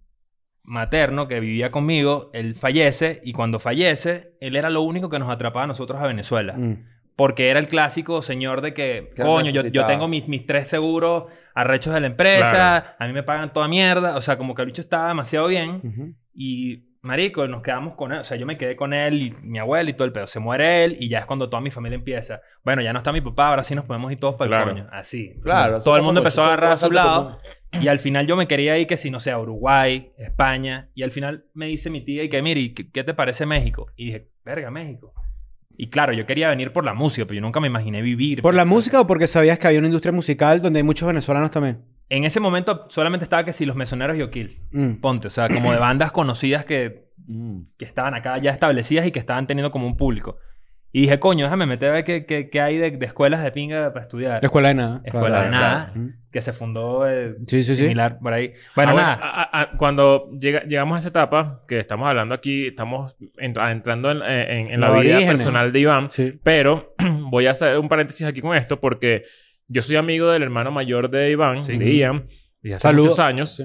[SPEAKER 2] materno que vivía conmigo, él fallece y cuando fallece, él era lo único que nos atrapaba a nosotros a Venezuela.
[SPEAKER 1] Mm.
[SPEAKER 2] Porque era el clásico señor de que,
[SPEAKER 4] Que
[SPEAKER 2] coño, yo, yo
[SPEAKER 4] necesitaba.
[SPEAKER 2] tengo mis, mis tres seguros arrechos de la empresa,
[SPEAKER 3] Claro.
[SPEAKER 2] a mí me pagan toda mierda. O sea, como que el bicho estaba demasiado bien
[SPEAKER 1] Ujú.
[SPEAKER 2] y, marico, nos quedamos con él. O sea, yo me quedé con él y mi abuela y todo el pedo. Se muere él y ya es cuando toda mi familia empieza. Bueno, ya no está mi papá, ahora sí nos podemos ir todos para
[SPEAKER 3] Claro.
[SPEAKER 2] el coño. Así.
[SPEAKER 4] Claro.
[SPEAKER 2] Todo el mundo empezó a agarrar a su
[SPEAKER 4] su
[SPEAKER 2] lado. Y al final yo me quería ir que si no sea Uruguay, España. Y al final me dice mi tía y que, mire, ¿qué, qué te parece México? Y dije, verga, México. Y claro, yo quería venir por la música, pero yo nunca me imaginé vivir.
[SPEAKER 1] ¿Por la música o porque sabías que había una industria musical donde hay muchos venezolanos también?
[SPEAKER 2] En ese momento solamente estaba que si los mesoneros y O'Kills.
[SPEAKER 1] Mm.
[SPEAKER 2] Ponte, o sea, como de bandas conocidas que,
[SPEAKER 4] mm,
[SPEAKER 2] que estaban acá ya establecidas y que estaban teniendo como un público. Y dije, coño, déjame meter a ver qué, qué- qué hay de, de escuelas de pinga para estudiar.
[SPEAKER 1] La escuela de nada.
[SPEAKER 2] Escuela
[SPEAKER 1] claro.
[SPEAKER 2] de
[SPEAKER 4] claro,
[SPEAKER 2] nada,
[SPEAKER 1] Mm.
[SPEAKER 2] que se fundó eh,
[SPEAKER 1] Sí, sí, sí.
[SPEAKER 2] similar por ahí. Bueno,
[SPEAKER 3] Ah,
[SPEAKER 2] nada.
[SPEAKER 3] a- a- a- cuando llega- llegamos a esa etapa, que estamos hablando aquí, estamos entra- entrando en, en- en la
[SPEAKER 1] Los
[SPEAKER 3] vida
[SPEAKER 1] orígenes.
[SPEAKER 3] personal de Iván.
[SPEAKER 1] Sí.
[SPEAKER 3] Pero voy a hacer un paréntesis aquí con esto porque yo soy amigo del hermano mayor de Iván,
[SPEAKER 2] Sí.
[SPEAKER 3] de Ian, desde hace
[SPEAKER 1] Saludo.
[SPEAKER 3] muchos años.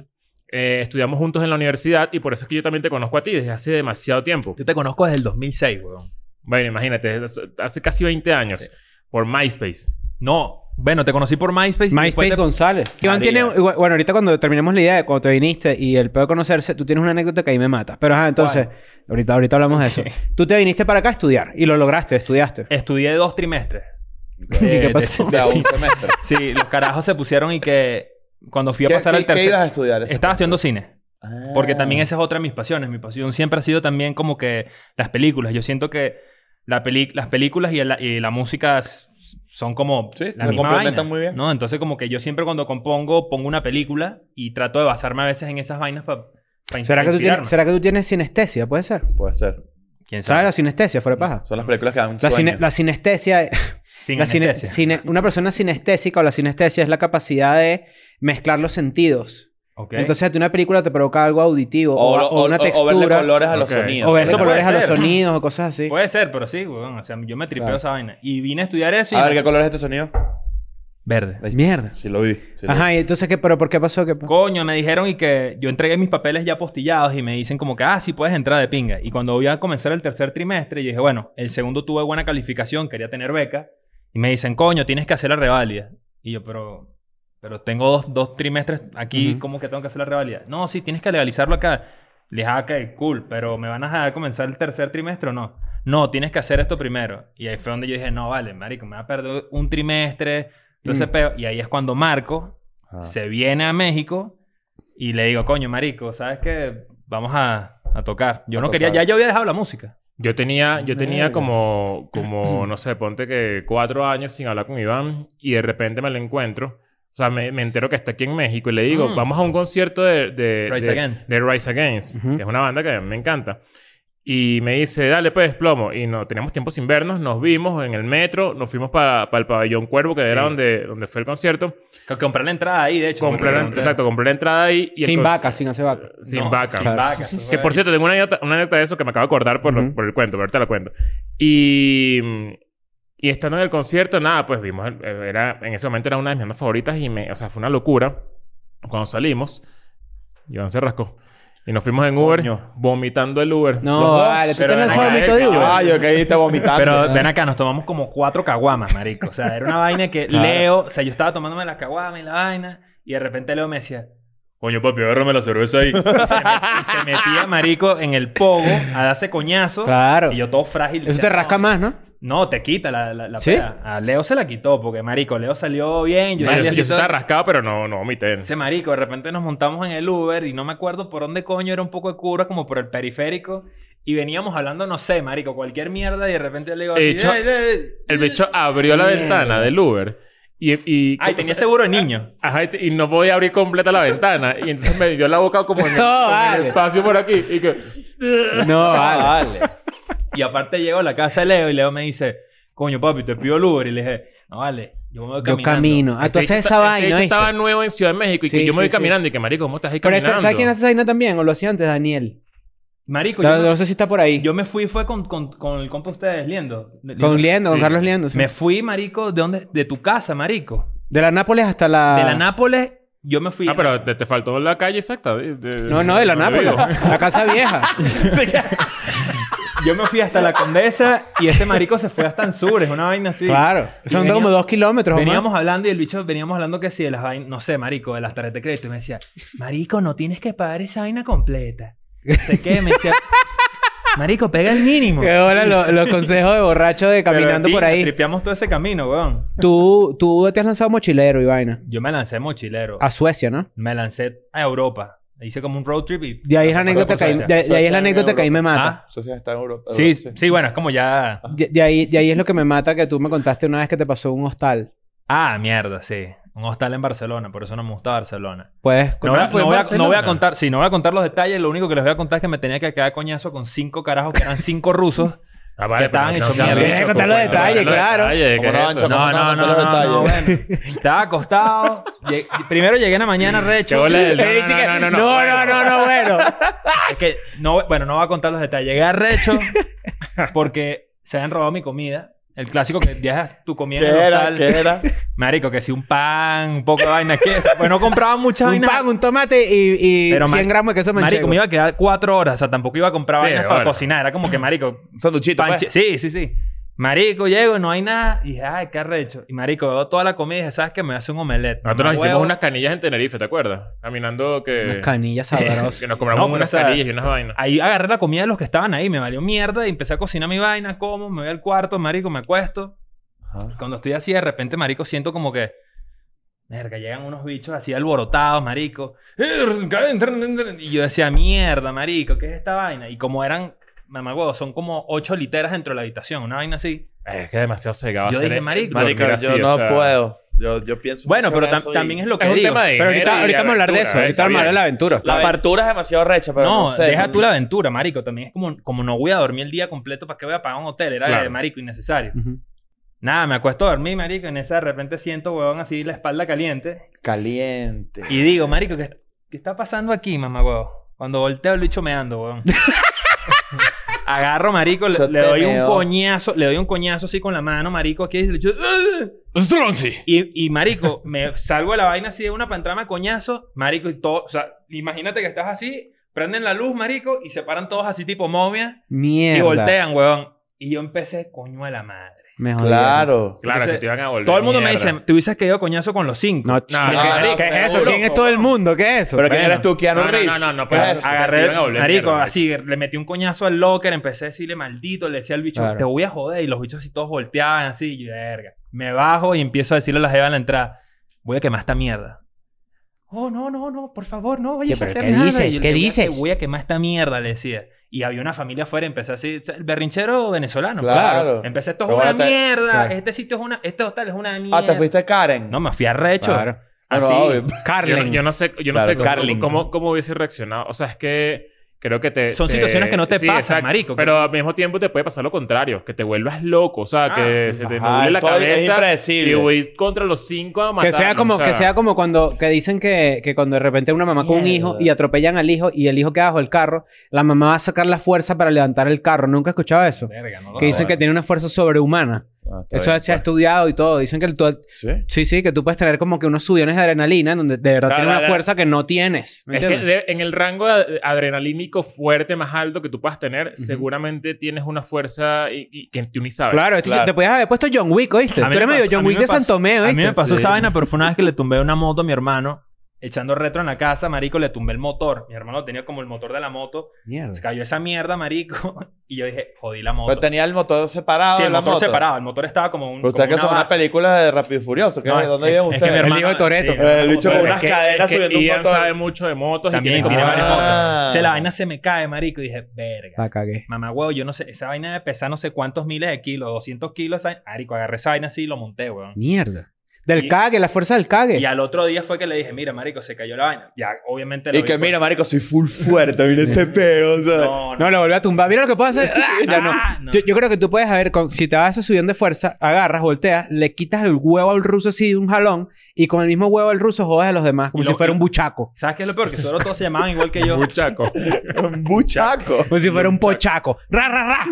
[SPEAKER 3] Eh, estudiamos juntos en la universidad y por eso es que yo también te conozco a ti desde hace demasiado tiempo.
[SPEAKER 2] Yo te conozco desde el 2006, weón.
[SPEAKER 3] Bueno, imagínate, hace- hace casi 20 años por MySpace.
[SPEAKER 2] No, bueno, te conocí por MySpace. y después
[SPEAKER 1] MySpace
[SPEAKER 2] te-
[SPEAKER 1] González. Iván
[SPEAKER 4] María.
[SPEAKER 1] tiene... igual- Bueno, ahorita cuando terminemos la idea de cuando te viniste y el pedo de conocerse, tú tienes una anécdota que ahí me mata. Pero ajá, entonces... Ahorita, ahorita hablamos de eso. Tú te viniste para acá a estudiar y lo lograste, estudiaste.
[SPEAKER 2] Estudié dos trimestres.
[SPEAKER 1] ¿Y qué
[SPEAKER 2] Eh,
[SPEAKER 1] pasó?
[SPEAKER 4] O sea, un semestre.
[SPEAKER 2] Sí, los carajos se pusieron y que cuando fui a
[SPEAKER 4] ¿Qué,
[SPEAKER 2] pasar
[SPEAKER 4] qué-
[SPEAKER 2] al
[SPEAKER 4] qué ibas
[SPEAKER 2] tercer...
[SPEAKER 4] a estudiar? ese
[SPEAKER 2] Estaba
[SPEAKER 4] semestre?
[SPEAKER 2] estudiando cine.
[SPEAKER 4] Ah.
[SPEAKER 2] Porque también esa es otra de mis pasiones. Mi pasión siempre ha sido también como que las películas. Yo siento que la peli- las películas y la, y la música s- son como
[SPEAKER 4] Sí,
[SPEAKER 2] la
[SPEAKER 4] se
[SPEAKER 2] misma
[SPEAKER 4] complementan
[SPEAKER 2] vaina,
[SPEAKER 4] muy bien.
[SPEAKER 2] ¿no? Entonces como que yo siempre cuando compongo pongo una película y trato de basarme a veces en esas vainas para...
[SPEAKER 1] ¿Será que, tú tienes, ¿Será que tú tienes sinestesia? ¿Puede ser?
[SPEAKER 4] Puede ser.
[SPEAKER 2] ¿Quién
[SPEAKER 1] ¿Sabes
[SPEAKER 2] sabe?
[SPEAKER 1] la sinestesia? Fuera de paja.
[SPEAKER 4] Son las películas que dan un
[SPEAKER 1] La,
[SPEAKER 4] sueño.
[SPEAKER 1] sine- la sinestesia...
[SPEAKER 2] Sin
[SPEAKER 1] La cine-
[SPEAKER 2] anestesia.
[SPEAKER 1] cine- una persona sinestésica o la sinestesia es la capacidad de mezclar los sentidos.
[SPEAKER 2] Ok.
[SPEAKER 1] Entonces, a ti una película te provoca algo auditivo o,
[SPEAKER 4] o,
[SPEAKER 1] a- o
[SPEAKER 4] o-
[SPEAKER 1] una
[SPEAKER 4] o- o verle
[SPEAKER 1] textura.
[SPEAKER 4] colores a los
[SPEAKER 3] Ok.
[SPEAKER 4] sonidos.
[SPEAKER 1] o verle
[SPEAKER 2] Eso puede
[SPEAKER 1] colores a los
[SPEAKER 2] ser.
[SPEAKER 1] sonidos o cosas así.
[SPEAKER 2] Puede ser, pero sí, weón. O sea, yo me tripeo
[SPEAKER 1] Claro.
[SPEAKER 2] esa vaina. Y vine a estudiar eso y...
[SPEAKER 4] A ver, ¿qué color es este sonido?
[SPEAKER 2] Verde.
[SPEAKER 1] Mierda.
[SPEAKER 4] Sí, lo vi. sí lo vi.
[SPEAKER 1] Ajá, y entonces, ¿qué? ¿Pero por qué pasó? ¿Qué pa-
[SPEAKER 2] Coño, me dijeron y que yo entregué mis papeles ya postillados y me dicen como que, ah, sí puedes entrar de pinga. Y cuando voy a comenzar el tercer trimestre, yo dije, bueno, el segundo tuve buena calificación, quería tener beca. Y me dicen, coño, tienes que hacer la reválida. Y yo, pero, pero tengo dos, dos trimestres aquí,
[SPEAKER 1] Ujú.
[SPEAKER 2] ¿cómo que tengo que hacer la reválida? No, sí, tienes que legalizarlo acá. Le dije, ah, ok, cool, pero ¿me van a dejar comenzar el tercer trimestre o no? No, tienes que hacer esto primero. Y ahí fue donde yo dije, no, vale, marico, me va a perder un trimestre. Entonces,
[SPEAKER 1] Mm.
[SPEAKER 2] peo. Y ahí es cuando Marco,
[SPEAKER 4] Ajá.
[SPEAKER 2] se viene a México y le digo, coño, marico, ¿sabes qué? Vamos a, a tocar. Yo
[SPEAKER 4] A
[SPEAKER 2] no quería,
[SPEAKER 4] tocar.
[SPEAKER 2] ya yo había dejado la música.
[SPEAKER 3] Yo tenía, yo tenía
[SPEAKER 4] Verga.
[SPEAKER 3] como, como, no sé, ponte que cuatro años sin hablar con Iván y de repente me lo encuentro. O sea, me, me entero que está aquí en México y le digo,
[SPEAKER 2] Mm.
[SPEAKER 3] vamos a un concierto de, de,
[SPEAKER 2] Rise
[SPEAKER 3] de-
[SPEAKER 2] Against.
[SPEAKER 3] de Rise Against,
[SPEAKER 1] Ujú.
[SPEAKER 3] que es una banda que a mí me encanta. Y me dice, dale pues, plomo. Y no, teníamos tiempo sin vernos, nos vimos en el metro, nos fuimos para el pabellón Cuervo, que
[SPEAKER 2] Sí.
[SPEAKER 3] era donde, donde fue el concierto.
[SPEAKER 2] Co- Compré la entrada ahí, de hecho.
[SPEAKER 3] Compré la,
[SPEAKER 2] Porque-
[SPEAKER 3] exacto, compré la entrada ahí. Y el
[SPEAKER 1] sin
[SPEAKER 3] conci-
[SPEAKER 1] vaca, sin hacer vaca.
[SPEAKER 3] Sin
[SPEAKER 2] No,
[SPEAKER 3] vaca.
[SPEAKER 2] Sin vaca.
[SPEAKER 3] Que por cierto, tengo una anécdota, una anécdota de eso que me acabo de acordar por, lo-
[SPEAKER 1] Ujú.
[SPEAKER 3] por el cuento, pero ahorita lo cuento. Y, y estando en el concierto, nada, pues vimos, el- era, en ese momento era una de mis bandas favoritas y me, o sea, fue una locura. Cuando salimos, Iván se rascó. Y nos fuimos en Uber,
[SPEAKER 4] Coño.
[SPEAKER 3] vomitando el Uber.
[SPEAKER 1] No,
[SPEAKER 3] Los dos,
[SPEAKER 1] vale, tú
[SPEAKER 3] pero
[SPEAKER 1] tenías
[SPEAKER 3] ven acá,
[SPEAKER 1] vómito de
[SPEAKER 3] eh,
[SPEAKER 1] Uber.
[SPEAKER 3] yo-
[SPEAKER 1] Ah,
[SPEAKER 4] yo caíste vomitando.
[SPEAKER 2] Pero ven acá, nos tomamos como cuatro caguamas, marico. O sea, era una vaina que
[SPEAKER 4] Claro.
[SPEAKER 2] Leo... O sea, yo estaba tomándome la caguama y la vaina. Y de repente Leo me decía...
[SPEAKER 3] Coño, papi, agárrame la cerveza ahí.
[SPEAKER 2] Y se, met- y se metía, marico, en el pogo a darse coñazo.
[SPEAKER 1] Claro.
[SPEAKER 2] Y yo todo frágil.
[SPEAKER 1] Eso te
[SPEAKER 2] No,
[SPEAKER 1] rasca más, ¿no?
[SPEAKER 2] No, te quita la, la, la
[SPEAKER 1] ¿Sí?
[SPEAKER 2] pera. A Leo se la quitó porque, marico, Leo salió bien. Yo
[SPEAKER 3] Yo,
[SPEAKER 2] salí
[SPEAKER 3] yo,
[SPEAKER 2] así
[SPEAKER 3] yo
[SPEAKER 2] todo-
[SPEAKER 3] estaba rascado, pero no, no vomité.
[SPEAKER 2] Ese marico, de repente nos montamos en el Uber y no me acuerdo por dónde coño era un poco de cura, como por el periférico. Y veníamos hablando, no sé, marico, cualquier mierda y de repente le digo así...
[SPEAKER 3] De hecho,
[SPEAKER 2] "Ey, ey, ey".
[SPEAKER 3] El bicho abrió la
[SPEAKER 2] Mierda.
[SPEAKER 3] ventana del Uber y... y
[SPEAKER 2] Ay, tenía seguro de niño.
[SPEAKER 3] Ajá, y te- y no podía abrir completa la ventana. Y entonces me dio la boca como en el,
[SPEAKER 1] No,
[SPEAKER 3] como en el
[SPEAKER 1] vale.
[SPEAKER 3] espacio por aquí. Y que...
[SPEAKER 1] No, vale.
[SPEAKER 4] Ah, Vale.
[SPEAKER 2] Y aparte llego a la casa de Leo y Leo me dice... Coño, papi, te pido el Uber. Y le dije... No, vale, yo me voy
[SPEAKER 1] Yo
[SPEAKER 2] caminando.
[SPEAKER 1] camino. Ah, tú
[SPEAKER 3] Este
[SPEAKER 1] haces
[SPEAKER 3] bicho
[SPEAKER 1] esa
[SPEAKER 3] está-
[SPEAKER 1] vaina,
[SPEAKER 3] Este bicho
[SPEAKER 1] ¿viste?
[SPEAKER 3] estaba nuevo en Ciudad de México. Y que
[SPEAKER 1] Sí,
[SPEAKER 3] yo me
[SPEAKER 1] sí,
[SPEAKER 3] voy
[SPEAKER 1] sí.
[SPEAKER 3] caminando. Y que, marico, ¿cómo estás ahí
[SPEAKER 1] Pero
[SPEAKER 3] caminando? Ah,
[SPEAKER 1] este- ¿sabes quién hace esa vaina también? O lo hacía antes, Daniel.
[SPEAKER 2] Marico,
[SPEAKER 1] No,
[SPEAKER 2] yo,
[SPEAKER 1] no sé si está por ahí.
[SPEAKER 2] yo me fui, fue con, con, con el compa de ustedes, Liendo.
[SPEAKER 1] Con Liendo, con
[SPEAKER 3] Sí.
[SPEAKER 1] Carlos Liendo. sí.
[SPEAKER 2] Me fui, marico, ¿de dónde? De tu casa, marico.
[SPEAKER 1] De la Nápoles hasta la...
[SPEAKER 2] De la Nápoles, yo me fui.
[SPEAKER 3] Ah, pero te, te faltó la calle exacta. de- de-
[SPEAKER 1] No, no, de la
[SPEAKER 3] donde
[SPEAKER 1] Nápoles.
[SPEAKER 3] vivo.
[SPEAKER 1] La Casa Vieja.
[SPEAKER 2] Yo me fui hasta la Condesa y ese marico se fue hasta Anzures, una vaina así.
[SPEAKER 1] Claro.
[SPEAKER 2] Y
[SPEAKER 1] Son
[SPEAKER 2] veníamos-
[SPEAKER 1] como dos kilómetros. o más.
[SPEAKER 2] Veníamos hablando y el bicho veníamos hablando que sí, de las vainas, no sé, marico, de las tarjetas de crédito. Y me decía, marico, no tienes que pagar esa vaina completa. No sé qué, me decía, marico, pega el mínimo.
[SPEAKER 1] Qué bola lo- los consejos de borracho de caminando
[SPEAKER 2] Pero,
[SPEAKER 1] por
[SPEAKER 2] y
[SPEAKER 1] ahí.
[SPEAKER 2] Tripeamos todo ese camino, weón.
[SPEAKER 1] Tú, tú te has lanzado mochilero y vaina.
[SPEAKER 2] Yo me lancé mochilero.
[SPEAKER 1] A Suecia, ¿no?
[SPEAKER 2] Me lancé a Europa. Hice como un road trip y...
[SPEAKER 1] De ahí es la
[SPEAKER 2] Pasé
[SPEAKER 1] anécdota
[SPEAKER 2] por
[SPEAKER 1] que ahí, de,
[SPEAKER 2] Suecia.
[SPEAKER 1] de ahí es la
[SPEAKER 4] Suecia en
[SPEAKER 1] anécdota que ahí me mata.
[SPEAKER 2] Ah,
[SPEAKER 4] Eso sí está en Europa.
[SPEAKER 2] sí,
[SPEAKER 4] Europa,
[SPEAKER 2] sí, bueno, es como ya...
[SPEAKER 1] De, de ahí, de ahí es lo que me mata que tú me contaste una vez que te pasó un hostal.
[SPEAKER 2] Ah, mierda, sí. Un hostal en Barcelona, por eso no me gusta Barcelona.
[SPEAKER 1] Puedes
[SPEAKER 2] No voy, a,
[SPEAKER 3] fue
[SPEAKER 2] no
[SPEAKER 3] en
[SPEAKER 2] voy a-
[SPEAKER 3] Barcelona?
[SPEAKER 2] no voy a contar, sí, no voy a contar los detalles. Lo único que les voy a contar es que me tenía que quedar coñazo con cinco carajos que eran cinco rusos.
[SPEAKER 3] Ah, vale,
[SPEAKER 2] Que estaban
[SPEAKER 3] pero no
[SPEAKER 2] hechos
[SPEAKER 3] seas
[SPEAKER 2] mierda.
[SPEAKER 3] bicho,
[SPEAKER 2] Tienes que
[SPEAKER 1] contar
[SPEAKER 3] coño,
[SPEAKER 1] los detalles,
[SPEAKER 3] los
[SPEAKER 1] claro.
[SPEAKER 3] detalles, ¿qué
[SPEAKER 4] Como
[SPEAKER 3] es
[SPEAKER 4] no,
[SPEAKER 3] eso?
[SPEAKER 4] Ancho,
[SPEAKER 2] No, no, no, no,
[SPEAKER 4] Contar
[SPEAKER 2] no,
[SPEAKER 4] los
[SPEAKER 2] bueno. Estaba acostado. Lle- Primero llegué en la mañana
[SPEAKER 3] Qué
[SPEAKER 2] recho.
[SPEAKER 3] bola del-
[SPEAKER 1] Eh, chica,
[SPEAKER 3] No, no, no,
[SPEAKER 1] no,
[SPEAKER 3] bueno.
[SPEAKER 1] no, no, no, bueno.
[SPEAKER 2] Es que, no, bueno, no voy a contar los detalles. Llegué arrecho porque se habían robado mi comida. El clásico que dejas tu comida
[SPEAKER 4] ¿Qué
[SPEAKER 2] en el
[SPEAKER 4] era?
[SPEAKER 2] hostal.
[SPEAKER 4] ¿Qué era?
[SPEAKER 2] Marico, que si un pan, un poco de vaina. ¿qué es? Pues no compraba mucha
[SPEAKER 1] un
[SPEAKER 2] vaina.
[SPEAKER 1] pan, un tomate y, y
[SPEAKER 2] Pero,
[SPEAKER 1] 100
[SPEAKER 2] Mari-
[SPEAKER 1] gramos de queso manchego.
[SPEAKER 2] Marico, me iba a quedar cuatro horas. O sea, tampoco iba a comprar
[SPEAKER 3] Sí,
[SPEAKER 2] vainas para
[SPEAKER 3] bueno.
[SPEAKER 2] cocinar. Era como que, marico,
[SPEAKER 4] Un sanduchito,
[SPEAKER 2] pan
[SPEAKER 4] pues.
[SPEAKER 2] chi- Sí, sí, sí. Marico, llego y no hay nada. Y dije, ay, qué arrecho. Y marico, veo toda la comida y dije, ¿sabes qué? Me hace un omelette.
[SPEAKER 3] Nosotros nos
[SPEAKER 2] Mamá
[SPEAKER 3] hicimos
[SPEAKER 2] huevo.
[SPEAKER 3] unas canillas en Tenerife, ¿te acuerdas? Caminando
[SPEAKER 1] Unas
[SPEAKER 3] que...
[SPEAKER 1] canillas sabrosas.
[SPEAKER 3] Que nos compramos
[SPEAKER 2] No, pero
[SPEAKER 3] unas
[SPEAKER 2] o sea,
[SPEAKER 3] canillas y unas vainas.
[SPEAKER 2] Ahí agarré la comida de los que estaban ahí. Me valió mierda y empecé a cocinar mi vaina. Como, me voy al cuarto, marico, me acuesto. Y
[SPEAKER 4] Ajá.
[SPEAKER 2] cuando estoy así, de repente, marico, siento como que... Merga, llegan unos bichos así alborotados, marico. Y yo decía, mierda, marico, ¿qué es esta vaina? Y como eran, mamá, huevo, son como ocho literas dentro de la habitación, una vaina así.
[SPEAKER 3] Es que demasiado cegado.
[SPEAKER 2] Yo
[SPEAKER 3] hacer
[SPEAKER 2] dije,
[SPEAKER 3] el-
[SPEAKER 2] marico,
[SPEAKER 3] dormir
[SPEAKER 4] Marico,
[SPEAKER 3] así,
[SPEAKER 4] yo
[SPEAKER 3] o
[SPEAKER 4] no
[SPEAKER 3] sea,
[SPEAKER 4] puedo. Yo, yo pienso.
[SPEAKER 2] Bueno,
[SPEAKER 4] mucho
[SPEAKER 2] pero
[SPEAKER 4] en
[SPEAKER 2] tam-
[SPEAKER 4] eso y-
[SPEAKER 2] también es lo que
[SPEAKER 3] Es un
[SPEAKER 2] digo.
[SPEAKER 3] tema de
[SPEAKER 2] Pero
[SPEAKER 1] Pero
[SPEAKER 3] dinero
[SPEAKER 1] ahorita,
[SPEAKER 3] y
[SPEAKER 1] ahorita vamos a hablar de
[SPEAKER 3] aventura,
[SPEAKER 1] eso. Ahorita vamos a hablar de la aventura.
[SPEAKER 4] La
[SPEAKER 2] La
[SPEAKER 4] aventura es demasiado recha, pero no,
[SPEAKER 2] no,
[SPEAKER 4] sé.
[SPEAKER 2] deja
[SPEAKER 4] no-
[SPEAKER 2] tú la aventura, marico. También es como, como no voy a dormir el día completo, ¿para qué voy a pagar un hotel? Era
[SPEAKER 3] Claro.
[SPEAKER 2] de marico innecesario.
[SPEAKER 1] Ujú.
[SPEAKER 2] Nada, me acuesto a dormir, marico, y en esa de repente siento, huevón, así la espalda caliente.
[SPEAKER 4] Caliente.
[SPEAKER 2] Y digo, marico, ¿qué, qué está pasando aquí, mamá, huevón? Cuando volteo el bicho meando, huevón. Agarro, marico, le,
[SPEAKER 4] Yo
[SPEAKER 2] le
[SPEAKER 4] te
[SPEAKER 2] doy un
[SPEAKER 4] meo.
[SPEAKER 2] coñazo, le doy un coñazo así con la mano, marico, aquí y el bicho, ¡ah! "Ugh".
[SPEAKER 3] ¡Stronzi!
[SPEAKER 2] Y, y, marico, me salgo de la vaina así de una pantrama coñazo, marico, y todo, o sea, imagínate que estás así, prenden la luz, marico, y se paran todos así tipo momia
[SPEAKER 1] Mierda.
[SPEAKER 2] y voltean, huevón. Y yo empecé, coño a la madre.
[SPEAKER 1] Me jodieron.
[SPEAKER 4] Claro.
[SPEAKER 3] Claro,
[SPEAKER 2] Entonces,
[SPEAKER 3] que te iban a volver.
[SPEAKER 2] Todo el mundo me
[SPEAKER 3] mierda.
[SPEAKER 2] dice, te hubieses quedado coñazo con los cinco.
[SPEAKER 1] No, ch-
[SPEAKER 3] No,
[SPEAKER 1] ¿qué-
[SPEAKER 3] no,
[SPEAKER 1] ¿Qué, es
[SPEAKER 4] no,
[SPEAKER 1] eso?
[SPEAKER 4] seguro,
[SPEAKER 1] ¿Quién es todo el mundo? ¿Qué es eso?
[SPEAKER 4] Pero ¿quién
[SPEAKER 2] Bueno.
[SPEAKER 4] eres tú, Keanu
[SPEAKER 3] No, no,
[SPEAKER 4] Reeves? Pues,
[SPEAKER 3] no, no, no,
[SPEAKER 4] ¿Qué
[SPEAKER 3] pero
[SPEAKER 4] es
[SPEAKER 3] eso-
[SPEAKER 4] eso?
[SPEAKER 3] te iban a
[SPEAKER 2] pues, Agarré,
[SPEAKER 3] volver
[SPEAKER 2] marico,
[SPEAKER 3] mierda.
[SPEAKER 2] así, le metí un coñazo al locker, empecé a decirle, maldito, le decía al bicho,
[SPEAKER 1] Claro.
[SPEAKER 2] te voy a joder. Y los bichos así todos volteaban así, y yo, verga. Me bajo y empiezo a decirle a la jeva en la entrada, voy a quemar esta mierda. Oh, no, no, no, por favor, no vayas
[SPEAKER 1] ¿Qué,
[SPEAKER 2] a
[SPEAKER 1] pero
[SPEAKER 2] hacer
[SPEAKER 1] qué
[SPEAKER 2] nada.
[SPEAKER 1] dices?
[SPEAKER 2] Y yo le
[SPEAKER 1] ¿Qué
[SPEAKER 2] voy a-
[SPEAKER 1] dices?
[SPEAKER 2] Te voy a quemar esta mierda, le decía. Y había una familia afuera, empecé así, el berrinchero venezolano.
[SPEAKER 4] Claro.
[SPEAKER 2] Empecé, esto es
[SPEAKER 4] Pero
[SPEAKER 2] una
[SPEAKER 4] ahora te-
[SPEAKER 2] mierda,
[SPEAKER 4] claro.
[SPEAKER 2] este sitio es una, este hostal es una mierda.
[SPEAKER 4] Ah, te fuiste Karen.
[SPEAKER 2] No, me fui arrecho.
[SPEAKER 1] Claro.
[SPEAKER 4] Bueno,
[SPEAKER 2] Así.
[SPEAKER 4] obvio.
[SPEAKER 3] Yo no,
[SPEAKER 1] Carlen.
[SPEAKER 3] yo no sé, yo no
[SPEAKER 4] Claro,
[SPEAKER 3] sé cómo-
[SPEAKER 4] Carling.
[SPEAKER 3] cómo, cómo, hubiese reaccionado. O sea, es que creo que te...
[SPEAKER 2] Son
[SPEAKER 3] te-
[SPEAKER 2] situaciones que no te pasan, marico, que-
[SPEAKER 3] Pero al mismo tiempo te puede pasar lo contrario. Que te vuelvas loco. O sea,
[SPEAKER 2] Ah,
[SPEAKER 3] que se te
[SPEAKER 4] ajá,
[SPEAKER 3] nuble la
[SPEAKER 4] todo es
[SPEAKER 3] cabeza.
[SPEAKER 4] impredecible.
[SPEAKER 3] Y voy contra los cinco a matar.
[SPEAKER 1] que sea como, que sea como cuando que dicen que, que cuando de repente una mamá con un hijo
[SPEAKER 4] Mierda.
[SPEAKER 1] y atropellan al hijo y el hijo queda bajo el carro, la mamá va a sacar la fuerza para levantar el carro. Nunca he escuchado eso.
[SPEAKER 2] Verga, no lo
[SPEAKER 1] Que dicen
[SPEAKER 2] jodas.
[SPEAKER 1] que tiene una fuerza sobrehumana.
[SPEAKER 4] Ah, está
[SPEAKER 1] Eso
[SPEAKER 4] bien,
[SPEAKER 1] se ha
[SPEAKER 4] pues.
[SPEAKER 1] estudiado y todo. Dicen que tú,
[SPEAKER 4] Sí.
[SPEAKER 1] sí, sí, que tú puedes tener como que unos subidones de adrenalina en donde de verdad
[SPEAKER 4] Claro,
[SPEAKER 1] tienes una
[SPEAKER 4] claro.
[SPEAKER 1] fuerza que no tienes. ¿me
[SPEAKER 3] Es que
[SPEAKER 1] entiendes?
[SPEAKER 3] de- en el rango ad- adrenalínico fuerte más alto que tú puedas tener, seguramente tienes una fuerza y, y que tú ni sabes.
[SPEAKER 1] Claro, este-
[SPEAKER 4] Claro.
[SPEAKER 1] te podías haber puesto John Wick, ¿oíste?
[SPEAKER 2] A
[SPEAKER 1] Tú
[SPEAKER 2] mí me
[SPEAKER 1] eres medio
[SPEAKER 2] pasó- a
[SPEAKER 1] John
[SPEAKER 2] mí
[SPEAKER 1] Wick
[SPEAKER 2] me
[SPEAKER 1] de
[SPEAKER 2] pasó-
[SPEAKER 1] Santo Meo,
[SPEAKER 2] A
[SPEAKER 1] ¿oíste?
[SPEAKER 2] mí me pasó
[SPEAKER 1] Sí.
[SPEAKER 2] esa vaina, pero fue una vez que le tumbé una moto a mi hermano. Echando retro en la casa, marico, le tumbé el motor. Mi hermano tenía como el motor de la moto. Se
[SPEAKER 1] Mierda.
[SPEAKER 2] cayó esa mierda, marico. Y yo dije, jodí la moto.
[SPEAKER 4] Mm. Pero tenía el motor separado.
[SPEAKER 2] sí, el
[SPEAKER 4] la
[SPEAKER 2] motor
[SPEAKER 4] moto.
[SPEAKER 2] separado. El motor estaba como un...
[SPEAKER 4] Pero ustedes
[SPEAKER 2] como
[SPEAKER 4] que son una
[SPEAKER 2] base.
[SPEAKER 4] película de Rápido y Furioso. ¿qué?
[SPEAKER 2] No,
[SPEAKER 4] ¿Dónde
[SPEAKER 2] es-
[SPEAKER 4] viven
[SPEAKER 2] es que
[SPEAKER 4] ustedes?
[SPEAKER 2] mi hermano-
[SPEAKER 1] El hijo de Toreto.
[SPEAKER 2] mi hermano-
[SPEAKER 4] El bicho con
[SPEAKER 3] Pero
[SPEAKER 4] unas
[SPEAKER 3] es que-
[SPEAKER 4] caderas
[SPEAKER 3] es que
[SPEAKER 4] subiendo un
[SPEAKER 3] Ian
[SPEAKER 4] motor.
[SPEAKER 3] sabe mucho de motos
[SPEAKER 2] También
[SPEAKER 3] y tiene
[SPEAKER 2] tiene
[SPEAKER 3] como
[SPEAKER 2] varias
[SPEAKER 3] varias motos.
[SPEAKER 4] Ah.
[SPEAKER 2] Se la vaina se me cae, marico. Y dije, verga.
[SPEAKER 1] La cagué.
[SPEAKER 2] Mamá, huevo, yo no sé. Esa vaina de pesar no sé cuántos miles de kilos. 200 kilos. esa vaina- Marico, agarré esa vaina así y lo monté, weón.
[SPEAKER 1] Mierda. Del
[SPEAKER 2] Y-
[SPEAKER 1] cague, la fuerza del cague.
[SPEAKER 2] Y al otro día fue que le dije, mira, marico, se cayó la vaina. Ya, obviamente... lo vi
[SPEAKER 4] Y
[SPEAKER 2] pues,
[SPEAKER 4] que
[SPEAKER 2] por-
[SPEAKER 4] mira, marico, soy full fuerte. Mira este peo. O sea.
[SPEAKER 2] No, no.
[SPEAKER 1] No, lo volví a tumbar. Mira lo que puedo hacer. ¡Ah! Ya no.
[SPEAKER 2] Ah, no.
[SPEAKER 1] Yo, yo creo que tú puedes, a ver, con- si te vas a subiendo de fuerza, agarras, volteas, le quitas el huevo al ruso así de un jalón y con el mismo huevo al ruso jodes a los demás como
[SPEAKER 2] Y
[SPEAKER 1] si
[SPEAKER 2] lo-
[SPEAKER 1] fuera un buchaco.
[SPEAKER 2] ¿Sabes qué es lo peor? Que solo todos se llamaban igual que yo.
[SPEAKER 3] Muchaco.
[SPEAKER 4] Un buchaco.
[SPEAKER 1] Como si fuera un pochaco. ¡Ra, ra, ra!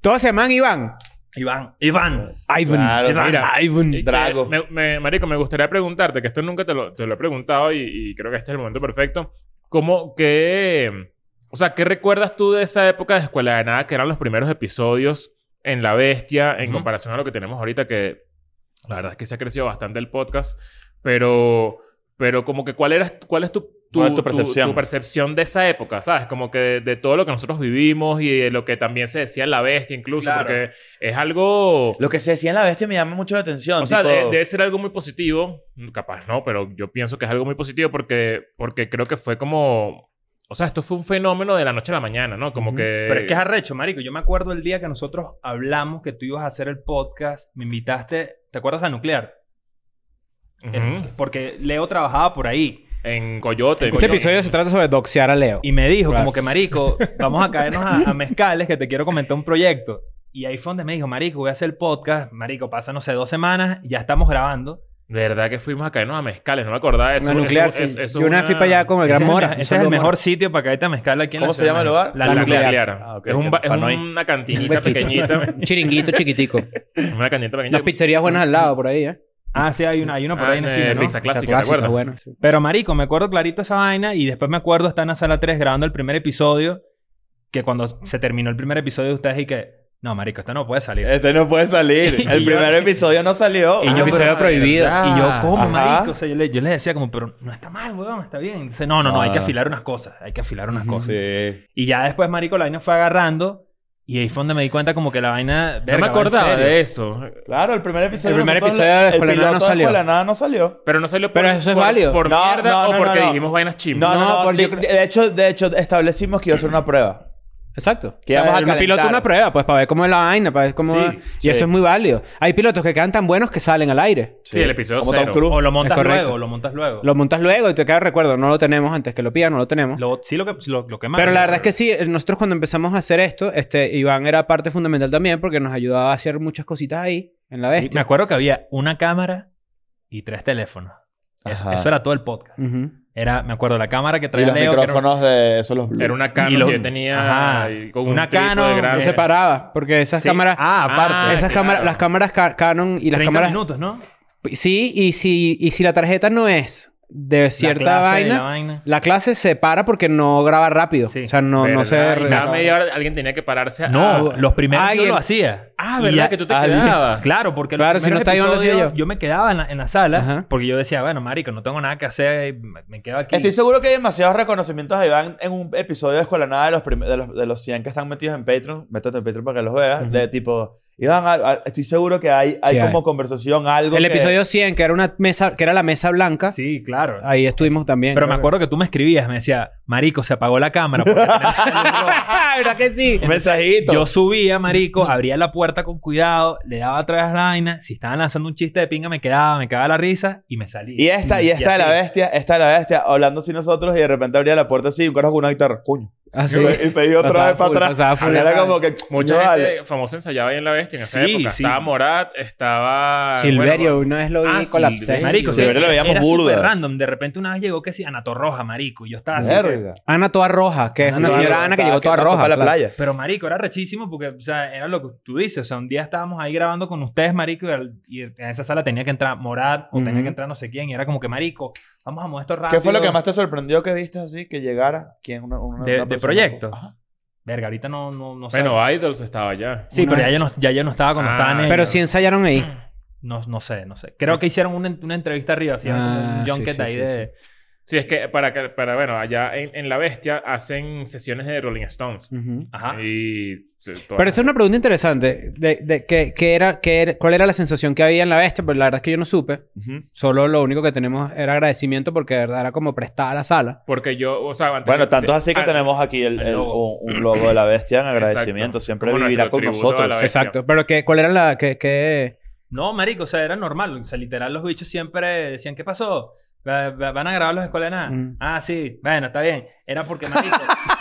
[SPEAKER 1] Todos se llaman Iván.
[SPEAKER 2] Iván, Iván.
[SPEAKER 1] Ivan.
[SPEAKER 4] Claro,
[SPEAKER 1] Iván.
[SPEAKER 3] mira.
[SPEAKER 1] Ivan.
[SPEAKER 3] Y que
[SPEAKER 4] Drago.
[SPEAKER 3] me- me- marico, me gustaría preguntarte, que esto nunca te lo, te lo he preguntado y, y creo que este es el momento perfecto. ¿Cómo, qué, o sea, qué recuerdas tú de esa época de Escuela de Nada que eran los primeros episodios en La Bestia en
[SPEAKER 2] Ujú.
[SPEAKER 3] comparación a lo que tenemos ahorita que la verdad es que se ha crecido bastante el podcast, pero, pero como que cuál, era, cuál es tu...
[SPEAKER 4] ¿Cuál es tu percepción?
[SPEAKER 3] tu percepción de esa época, ¿sabes? Como que de, de todo lo que nosotros vivimos y de lo que también se decía en La Bestia incluso,
[SPEAKER 2] Claro.
[SPEAKER 3] porque es algo...
[SPEAKER 4] Lo que se decía en la bestia me llama mucho la atención.
[SPEAKER 2] Ah,
[SPEAKER 3] O sea,
[SPEAKER 4] tipo-
[SPEAKER 3] de- debe ser algo muy positivo, capaz no, pero yo pienso que es algo muy positivo porque, porque creo que fue como... O sea, esto fue un fenómeno de la noche a la mañana, ¿no? Como que...
[SPEAKER 2] Pero es que es arrecho, marico. Yo me acuerdo el día que nosotros hablamos que tú ibas a hacer el podcast. Me invitaste... ¿Te acuerdas de Nuclear?
[SPEAKER 3] Ujú.
[SPEAKER 2] Es- Porque Leo trabajaba por ahí.
[SPEAKER 3] En Coyote. en
[SPEAKER 1] Este
[SPEAKER 3] Coyote.
[SPEAKER 1] episodio se trata sobre doxear a Leo.
[SPEAKER 2] Y me dijo,
[SPEAKER 1] Claro.
[SPEAKER 2] como que, marico, vamos a caernos a, a mezcales que te quiero comentar un proyecto. Y ahí fue donde me dijo, marico, voy a hacer el podcast. Marico, pasa, no sé, dos semanas. Ya estamos grabando.
[SPEAKER 3] ¿Verdad que fuimos a caernos a mezcales? No me acordaba de eso.
[SPEAKER 1] Una nuclear.
[SPEAKER 3] Eso- eso-
[SPEAKER 1] sí.
[SPEAKER 3] eso
[SPEAKER 1] Yo una vez fui para allá con el
[SPEAKER 2] Ese
[SPEAKER 1] gran
[SPEAKER 2] es el
[SPEAKER 1] Mora.
[SPEAKER 2] me-
[SPEAKER 1] Un
[SPEAKER 2] Ese es el
[SPEAKER 1] saludo,
[SPEAKER 2] mejor
[SPEAKER 1] Mora.
[SPEAKER 2] sitio para caerte a mezcal aquí en
[SPEAKER 4] ¿Cómo
[SPEAKER 2] la
[SPEAKER 4] se
[SPEAKER 2] Ciudad
[SPEAKER 4] llama el
[SPEAKER 2] de
[SPEAKER 4] lugar?
[SPEAKER 2] México. La,
[SPEAKER 3] La
[SPEAKER 2] nuclear.
[SPEAKER 3] nuclear.
[SPEAKER 4] Ah, ok,
[SPEAKER 3] Es, un ba-
[SPEAKER 4] que-
[SPEAKER 3] es
[SPEAKER 4] para no ir.
[SPEAKER 3] una cantinita pequeñita.
[SPEAKER 1] Un chiringuito chiquitico.
[SPEAKER 3] una cantinita pequeñita.
[SPEAKER 1] Unas pizzerías buenas al lado por ahí, ¿eh?
[SPEAKER 2] Ah, sí, hay una, hay una por
[SPEAKER 3] Ah,
[SPEAKER 2] ahí en
[SPEAKER 3] de
[SPEAKER 2] el cine, ¿no?
[SPEAKER 3] Pizza Clásica,
[SPEAKER 1] Esa
[SPEAKER 3] ¿te acuerdas?
[SPEAKER 1] bueno, sí.
[SPEAKER 2] Pero, marico, me acuerdo clarito esa vaina. Y después me acuerdo estar en la sala 3 grabando el primer episodio. Que cuando se terminó el primer episodio, ustedes y que... No, marico, esto no puede salir.
[SPEAKER 4] Este no puede salir.
[SPEAKER 2] Y
[SPEAKER 4] El
[SPEAKER 2] yo-
[SPEAKER 4] primer episodio no salió.
[SPEAKER 2] Y
[SPEAKER 1] Un
[SPEAKER 2] yo-
[SPEAKER 1] episodio
[SPEAKER 3] pero-
[SPEAKER 1] prohibido.
[SPEAKER 3] ¿verdad?
[SPEAKER 2] Y yo, ¿cómo,
[SPEAKER 4] Ajá.
[SPEAKER 2] marico? O sea, yo le, yo le decía como, pero no está mal, weón, está bien. Entonces, no, no, no, hay que
[SPEAKER 4] Ah.
[SPEAKER 2] afilar unas cosas, hay que afilar unas cosas.
[SPEAKER 4] Sí.
[SPEAKER 2] Y ya después, marico, la vaina fue agarrando y ahí fue donde me di cuenta como que la vaina...
[SPEAKER 3] No me acordaba de eso.
[SPEAKER 4] Claro, el primer episodio.
[SPEAKER 1] El primer
[SPEAKER 4] nosotros-
[SPEAKER 1] episodio de
[SPEAKER 4] el
[SPEAKER 1] Escuela de Nada no
[SPEAKER 4] piloto de
[SPEAKER 1] salió.
[SPEAKER 4] Escuela de Nada no salió.
[SPEAKER 3] Pero no salió por,
[SPEAKER 1] Pero eso es
[SPEAKER 3] por-
[SPEAKER 1] válido.
[SPEAKER 3] por
[SPEAKER 4] No,
[SPEAKER 3] mierda
[SPEAKER 4] no,
[SPEAKER 3] o
[SPEAKER 4] no,
[SPEAKER 3] porque
[SPEAKER 4] no, no.
[SPEAKER 3] dijimos vainas
[SPEAKER 4] No,
[SPEAKER 3] chimbas.
[SPEAKER 4] no,
[SPEAKER 1] No,
[SPEAKER 4] no.
[SPEAKER 1] por-
[SPEAKER 4] de,
[SPEAKER 1] yo creo-
[SPEAKER 4] de hecho, de hecho, establecimos que iba a ser una prueba.
[SPEAKER 1] Exacto.
[SPEAKER 4] Que vamos a
[SPEAKER 1] un
[SPEAKER 4] calentar.
[SPEAKER 1] piloto una prueba, pues, para ver cómo es la vaina, para ver cómo
[SPEAKER 3] Sí,
[SPEAKER 1] va. Y
[SPEAKER 4] sí.
[SPEAKER 1] eso es muy válido. Hay pilotos que quedan tan buenos que salen al aire.
[SPEAKER 3] Sí, el episodio
[SPEAKER 4] Como
[SPEAKER 3] cero.
[SPEAKER 4] Tom Cruise.
[SPEAKER 2] O lo
[SPEAKER 1] Es
[SPEAKER 2] montas
[SPEAKER 1] correcto.
[SPEAKER 2] luego, lo montas luego.
[SPEAKER 1] Lo montas luego y te queda el recuerdo. No lo tenemos antes que lo pidan, no lo tenemos.
[SPEAKER 2] Lo- sí, lo que lo, lo quemaron.
[SPEAKER 1] Pero la verdad es que sí, eh, nosotros cuando empezamos a hacer esto, este, Iván era parte fundamental también porque nos ayudaba a hacer muchas cositas ahí, en la
[SPEAKER 2] Sí,
[SPEAKER 1] bestia.
[SPEAKER 2] me acuerdo que había una cámara y tres teléfonos. Eso,
[SPEAKER 4] Ajá.
[SPEAKER 2] eso era todo el podcast.
[SPEAKER 1] Ujú.
[SPEAKER 2] Era, me acuerdo, la cámara que
[SPEAKER 4] Y
[SPEAKER 2] traía
[SPEAKER 4] los
[SPEAKER 2] Leo, que era un-
[SPEAKER 4] micrófonos de esos los Blue.
[SPEAKER 3] Era una
[SPEAKER 2] Y
[SPEAKER 3] Canon
[SPEAKER 2] lo-
[SPEAKER 3] que yo tenía
[SPEAKER 2] Ajá.
[SPEAKER 3] y con
[SPEAKER 2] Una
[SPEAKER 3] un trípode
[SPEAKER 2] Canon,
[SPEAKER 1] No
[SPEAKER 3] grande.
[SPEAKER 1] se paraba, porque esas
[SPEAKER 2] Eh. Sí.
[SPEAKER 1] cámaras...
[SPEAKER 2] Ah, aparte.
[SPEAKER 3] Ah,
[SPEAKER 1] esas
[SPEAKER 3] claro.
[SPEAKER 1] cámaras, las cámaras ca- Canon y las
[SPEAKER 2] 30
[SPEAKER 1] cámaras...
[SPEAKER 2] minutos, ¿no?
[SPEAKER 1] Sí, y si, y si la tarjeta no es de cierta
[SPEAKER 2] La clase de
[SPEAKER 1] vaina,
[SPEAKER 2] la vaina.
[SPEAKER 1] la clase se para porque no graba rápido.
[SPEAKER 2] Sí.
[SPEAKER 1] O sea, no, no
[SPEAKER 3] ¿Verdad?
[SPEAKER 1] se...
[SPEAKER 3] Y
[SPEAKER 1] re-
[SPEAKER 3] cada media hora alguien tenía que pararse a...
[SPEAKER 2] No,
[SPEAKER 3] a-
[SPEAKER 2] los primeros
[SPEAKER 1] Ah, alguien-
[SPEAKER 2] yo lo hacía.
[SPEAKER 3] Ah,
[SPEAKER 2] Y
[SPEAKER 3] ¿verdad?
[SPEAKER 2] ya-
[SPEAKER 3] que tú te
[SPEAKER 4] alguien-
[SPEAKER 3] quedabas.
[SPEAKER 2] Claro, porque los
[SPEAKER 1] Claro, si
[SPEAKER 2] primeros
[SPEAKER 1] no está Iván, lo hacía
[SPEAKER 2] episodios
[SPEAKER 1] yo.
[SPEAKER 2] Yo me quedaba en la, en la sala
[SPEAKER 1] Ajá.
[SPEAKER 2] porque yo decía, bueno, marico, no tengo nada que hacer, me me quedo aquí.
[SPEAKER 4] Estoy seguro que hay demasiados reconocimientos a Iván en un episodio de Escuela Nada de los, prim- de los, de los 100 que están metidos en Patreon. Métete en Patreon para que los veas. De tipo, Iván, a- a- estoy seguro que hay, hay
[SPEAKER 1] Sí,
[SPEAKER 4] como conversación, algo.
[SPEAKER 1] El
[SPEAKER 4] que-
[SPEAKER 1] episodio 100, que era una mesa, que era la mesa blanca,
[SPEAKER 2] Sí, claro.
[SPEAKER 1] ahí estuvimos también.
[SPEAKER 2] Pero me
[SPEAKER 1] creo que-
[SPEAKER 2] acuerdo que tú me escribías, me decía, marico, se apagó la cámara. porque tenemos-
[SPEAKER 1] Ah, ¿verdad que sí?
[SPEAKER 4] Un mensajito.
[SPEAKER 2] Yo subía, marico, abría la puerta con cuidado, le daba atrás la vaina. Si estaban lanzando un chiste de pinga, me quedaba, me cagaba la risa y me salía.
[SPEAKER 4] y esta, y esta de la
[SPEAKER 2] así.
[SPEAKER 4] bestia, esta de la bestia, hablando sin nosotros y de repente abría la puerta así y un carajo con una guitarra. Coño.
[SPEAKER 1] Ah, sí.
[SPEAKER 4] Y se iba otra
[SPEAKER 1] Pasaba
[SPEAKER 4] vez para
[SPEAKER 1] full,
[SPEAKER 4] atrás.
[SPEAKER 1] pasaba full.
[SPEAKER 4] Era como que.
[SPEAKER 3] Mucha
[SPEAKER 4] no,
[SPEAKER 3] gente
[SPEAKER 4] vale.
[SPEAKER 3] famosa ensayaba ahí en la bestia en esa
[SPEAKER 2] Sí,
[SPEAKER 3] época.
[SPEAKER 2] sí.
[SPEAKER 3] Estaba Morat, estaba...
[SPEAKER 1] Silverio,
[SPEAKER 3] Ah, bueno,
[SPEAKER 1] una vez lo vi
[SPEAKER 3] Ah,
[SPEAKER 1] colapsé.
[SPEAKER 3] Silverio.
[SPEAKER 2] Marico,
[SPEAKER 4] Sí,
[SPEAKER 2] que
[SPEAKER 4] pero lo veíamos
[SPEAKER 2] era
[SPEAKER 4] burda.
[SPEAKER 2] súper random. De repente una vez llegó que sí, Ana Torroja, marico. Y yo estaba así. que-
[SPEAKER 4] Verga.
[SPEAKER 1] Ana toda roja, que es
[SPEAKER 2] Ana
[SPEAKER 1] una
[SPEAKER 2] toda
[SPEAKER 1] señora
[SPEAKER 4] roja.
[SPEAKER 1] Ana que
[SPEAKER 4] Estaba
[SPEAKER 1] llegó toda
[SPEAKER 4] que pasó
[SPEAKER 1] roja.
[SPEAKER 4] para la
[SPEAKER 1] claro.
[SPEAKER 4] playa.
[SPEAKER 2] Pero marico, era rechísimo porque, o sea, era lo que tú dices. O sea, un día estábamos ahí grabando con ustedes, marico, y, al- y en esa sala tenía que entrar Morat o tenía
[SPEAKER 1] Ujú.
[SPEAKER 2] que entrar no sé quién. Y era como que, marico, vamos a mover esto rápido.
[SPEAKER 4] ¿Qué fue lo que más te sorprendió que viste así? Que llegara. ¿Quién? Una, una-
[SPEAKER 2] De-
[SPEAKER 4] una
[SPEAKER 2] de
[SPEAKER 4] persona?
[SPEAKER 2] proyectos.
[SPEAKER 4] Ajá.
[SPEAKER 2] Verga, ahorita no, no, no sé.
[SPEAKER 3] Bueno, Idols estaba allá.
[SPEAKER 2] sí,
[SPEAKER 1] una
[SPEAKER 2] pero
[SPEAKER 1] vez-
[SPEAKER 2] ya yo no, ya yo no estaba cuando
[SPEAKER 3] Ah,
[SPEAKER 2] estaban en-
[SPEAKER 1] Pero sí ensayaron ahí.
[SPEAKER 2] No, no sé, no sé. Creo que hicieron una, una entrevista arriba, así,
[SPEAKER 1] Ah,
[SPEAKER 2] un
[SPEAKER 1] sí,
[SPEAKER 2] junket
[SPEAKER 1] sí,
[SPEAKER 2] ahí
[SPEAKER 1] sí,
[SPEAKER 2] de...
[SPEAKER 3] Sí, es que para, que- para bueno, allá en, en La Bestia hacen sesiones de Rolling Stones.
[SPEAKER 1] Ujú.
[SPEAKER 2] Ajá.
[SPEAKER 3] Y... se- todas-
[SPEAKER 1] Pero esa es una pregunta interesante. De, de, que, que era, que era- ¿Cuál era la sensación que había en la bestia? Pero la verdad es que yo no supe.
[SPEAKER 4] Ujú.
[SPEAKER 1] Solo lo único que tenemos era agradecimiento porque de verdad era como prestada la sala.
[SPEAKER 3] Porque yo, o sea, antes
[SPEAKER 4] Bueno,
[SPEAKER 3] de-
[SPEAKER 4] tanto es así que
[SPEAKER 3] ah,
[SPEAKER 4] tenemos aquí el,
[SPEAKER 3] el
[SPEAKER 4] el-
[SPEAKER 3] logo.
[SPEAKER 4] un, un logo de la bestia en agradecimiento.
[SPEAKER 3] Exacto.
[SPEAKER 4] Siempre
[SPEAKER 3] Como
[SPEAKER 4] vivirá
[SPEAKER 3] nuestro
[SPEAKER 4] con
[SPEAKER 3] tributo a la
[SPEAKER 4] nosotros.
[SPEAKER 3] bestia.
[SPEAKER 1] Exacto. Pero que, ¿cuál era la que, que-
[SPEAKER 2] No, marico, o sea, era normal. O sea, literal, los bichos siempre decían, ¿qué pasó? Va- va- ¿Van a grabar los escuelas de nada?
[SPEAKER 1] Mm.
[SPEAKER 2] Ah, sí. Bueno, está bien. Era porque, marico... no,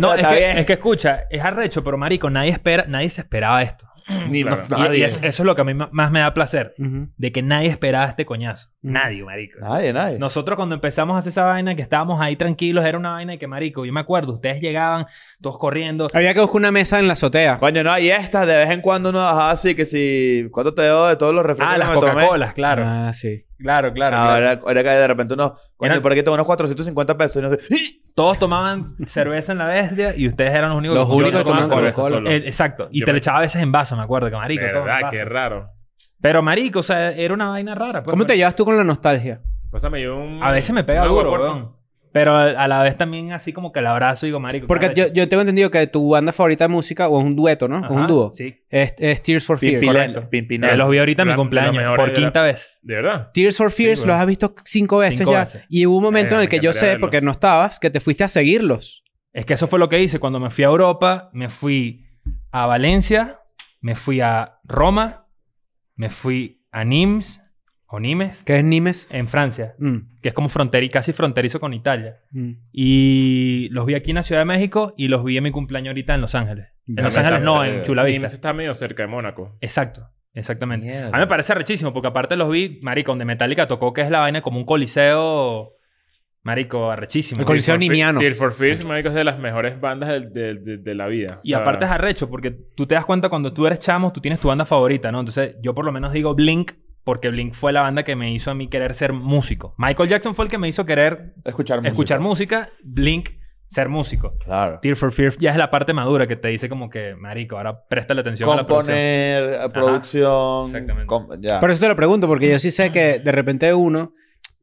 [SPEAKER 4] No,
[SPEAKER 2] es
[SPEAKER 4] está
[SPEAKER 2] que,
[SPEAKER 4] bien.
[SPEAKER 2] es que escucha, es arrecho, pero marico, nadie espera, nadie se esperaba esto.
[SPEAKER 4] Ni
[SPEAKER 3] Claro.
[SPEAKER 2] Y-
[SPEAKER 4] no-
[SPEAKER 2] Y,
[SPEAKER 4] nadie.
[SPEAKER 2] es- eso es lo que a mí ma- más me da placer.
[SPEAKER 1] Ujú.
[SPEAKER 2] De que nadie esperaba este coñazo.
[SPEAKER 1] Mm.
[SPEAKER 2] Nadie, marico.
[SPEAKER 4] Nadie, nadie.
[SPEAKER 2] Nosotros cuando empezamos a hacer esa vaina, que estábamos ahí tranquilos, era una vaina de que, marico, yo me acuerdo, ustedes llegaban, todos corriendo,
[SPEAKER 1] Había que buscar una mesa en la azotea.
[SPEAKER 4] Coño, no, y estas de vez en cuando uno bajaba así que si. ¿Cuánto te debo de todos los refrescos
[SPEAKER 2] Ah,
[SPEAKER 4] que
[SPEAKER 2] las
[SPEAKER 4] me tomé?
[SPEAKER 2] Coca-Colas, claro.
[SPEAKER 1] Ah, sí.
[SPEAKER 2] Claro, claro.
[SPEAKER 4] Ah,
[SPEAKER 2] claro.
[SPEAKER 4] Ahora, ahora que de repente uno. Coño,
[SPEAKER 2] Eran-
[SPEAKER 4] por aquí tengo unos 450 pesos y "¡Ah!". no sé. ¡ih!
[SPEAKER 2] Todos tomaban cerveza en la bestia y ustedes eran los únicos
[SPEAKER 1] Los
[SPEAKER 2] que
[SPEAKER 3] Yo
[SPEAKER 1] únicos
[SPEAKER 3] no
[SPEAKER 1] que tomaban
[SPEAKER 3] tomaba
[SPEAKER 1] Coca-Cola.
[SPEAKER 3] cerveza solo.
[SPEAKER 2] Eh, exacto. Y
[SPEAKER 3] Yo
[SPEAKER 2] te
[SPEAKER 3] me-
[SPEAKER 2] lo echaba a veces en vaso, me acuerdo, que marico. todo en
[SPEAKER 3] Verdad,
[SPEAKER 2] vaso.
[SPEAKER 3] qué raro.
[SPEAKER 2] Pero marico, o sea, era una vaina rara. pues,
[SPEAKER 1] ¿Cómo te
[SPEAKER 2] marico.
[SPEAKER 1] llevas tú con la nostalgia?
[SPEAKER 3] Pásame un...
[SPEAKER 2] A veces me pega
[SPEAKER 3] Agua,
[SPEAKER 2] duro,
[SPEAKER 3] porfa.
[SPEAKER 2] weón. Pero a a la vez también así como que el abrazo y digo, marico.
[SPEAKER 1] Porque
[SPEAKER 2] qué
[SPEAKER 1] yo,
[SPEAKER 2] arrecho.
[SPEAKER 1] yo tengo entendido que tu banda favorita de música, o es un dueto, ¿no? O es
[SPEAKER 2] Ajá,
[SPEAKER 1] un dúo.
[SPEAKER 2] Sí.
[SPEAKER 1] Es, es Tears for Fears.
[SPEAKER 4] Pimpinela-
[SPEAKER 2] correcto.
[SPEAKER 4] Pimpinela.
[SPEAKER 2] Eh, los vi ahorita en mi
[SPEAKER 3] Gran- de los
[SPEAKER 2] cumpleaños
[SPEAKER 3] mejores
[SPEAKER 2] por
[SPEAKER 3] de la-
[SPEAKER 2] quinta vez.
[SPEAKER 3] ¿De verdad?
[SPEAKER 1] Tears for Fears
[SPEAKER 3] Sí,
[SPEAKER 1] los
[SPEAKER 3] bueno.
[SPEAKER 1] has visto cinco veces
[SPEAKER 2] Cinco
[SPEAKER 1] ya.
[SPEAKER 2] veces.
[SPEAKER 1] Y hubo un momento
[SPEAKER 3] Verga,
[SPEAKER 1] en el
[SPEAKER 3] me
[SPEAKER 1] que yo
[SPEAKER 3] encantaría
[SPEAKER 1] sé,
[SPEAKER 3] verlos.
[SPEAKER 1] porque no estabas, que te fuiste a seguirlos.
[SPEAKER 2] Es que eso fue lo que hice. Cuando me fui a Europa, me fui a Valencia, me fui a Roma, me fui a Nimes, o Nimes,
[SPEAKER 1] Que es Nimes.
[SPEAKER 2] en Francia,
[SPEAKER 1] Mm,
[SPEAKER 2] que es como fronteri, casi fronterizo con Italia.
[SPEAKER 1] mm.
[SPEAKER 2] Y los vi aquí en la Ciudad de México y los vi en mi cumpleaños ahorita en Los Ángeles. En
[SPEAKER 1] Ya
[SPEAKER 2] Los
[SPEAKER 1] me
[SPEAKER 2] Ángeles no,
[SPEAKER 4] está-
[SPEAKER 2] en Chula Vista.
[SPEAKER 3] Nimes está medio cerca de Mónaco.
[SPEAKER 2] Exacto, exactamente.
[SPEAKER 4] Mierda.
[SPEAKER 2] A mí me parece rechísimo porque aparte los vi, marico, donde Metallica tocó que es la vaina como un coliseo, marico, rechísimo.
[SPEAKER 1] El Coliseo
[SPEAKER 3] Tears for Fe-
[SPEAKER 1] Nimiano.
[SPEAKER 3] Tears for Fears, marico, es de las mejores bandas del- de, de- de la vida. O
[SPEAKER 2] Y
[SPEAKER 3] sea,
[SPEAKER 2] aparte es arrecho, porque tú te das cuenta cuando tú eres chamo, tú tienes tu banda favorita, ¿no? Entonces, yo por lo menos digo Blink, porque Blink fue la banda que me hizo a mí querer ser músico. Michael Jackson fue el que me hizo querer
[SPEAKER 4] Escuchar música.
[SPEAKER 2] escuchar música, Blink, ser músico.
[SPEAKER 4] Claro.
[SPEAKER 2] Tear for Fear ya es la parte madura que te dice como que, marico, ahora préstale atención a la producción.
[SPEAKER 4] Componer, eh, producción.
[SPEAKER 2] Exactamente.
[SPEAKER 4] com- ya.
[SPEAKER 1] Por eso te lo pregunto, porque yo sí sé que de repente uno.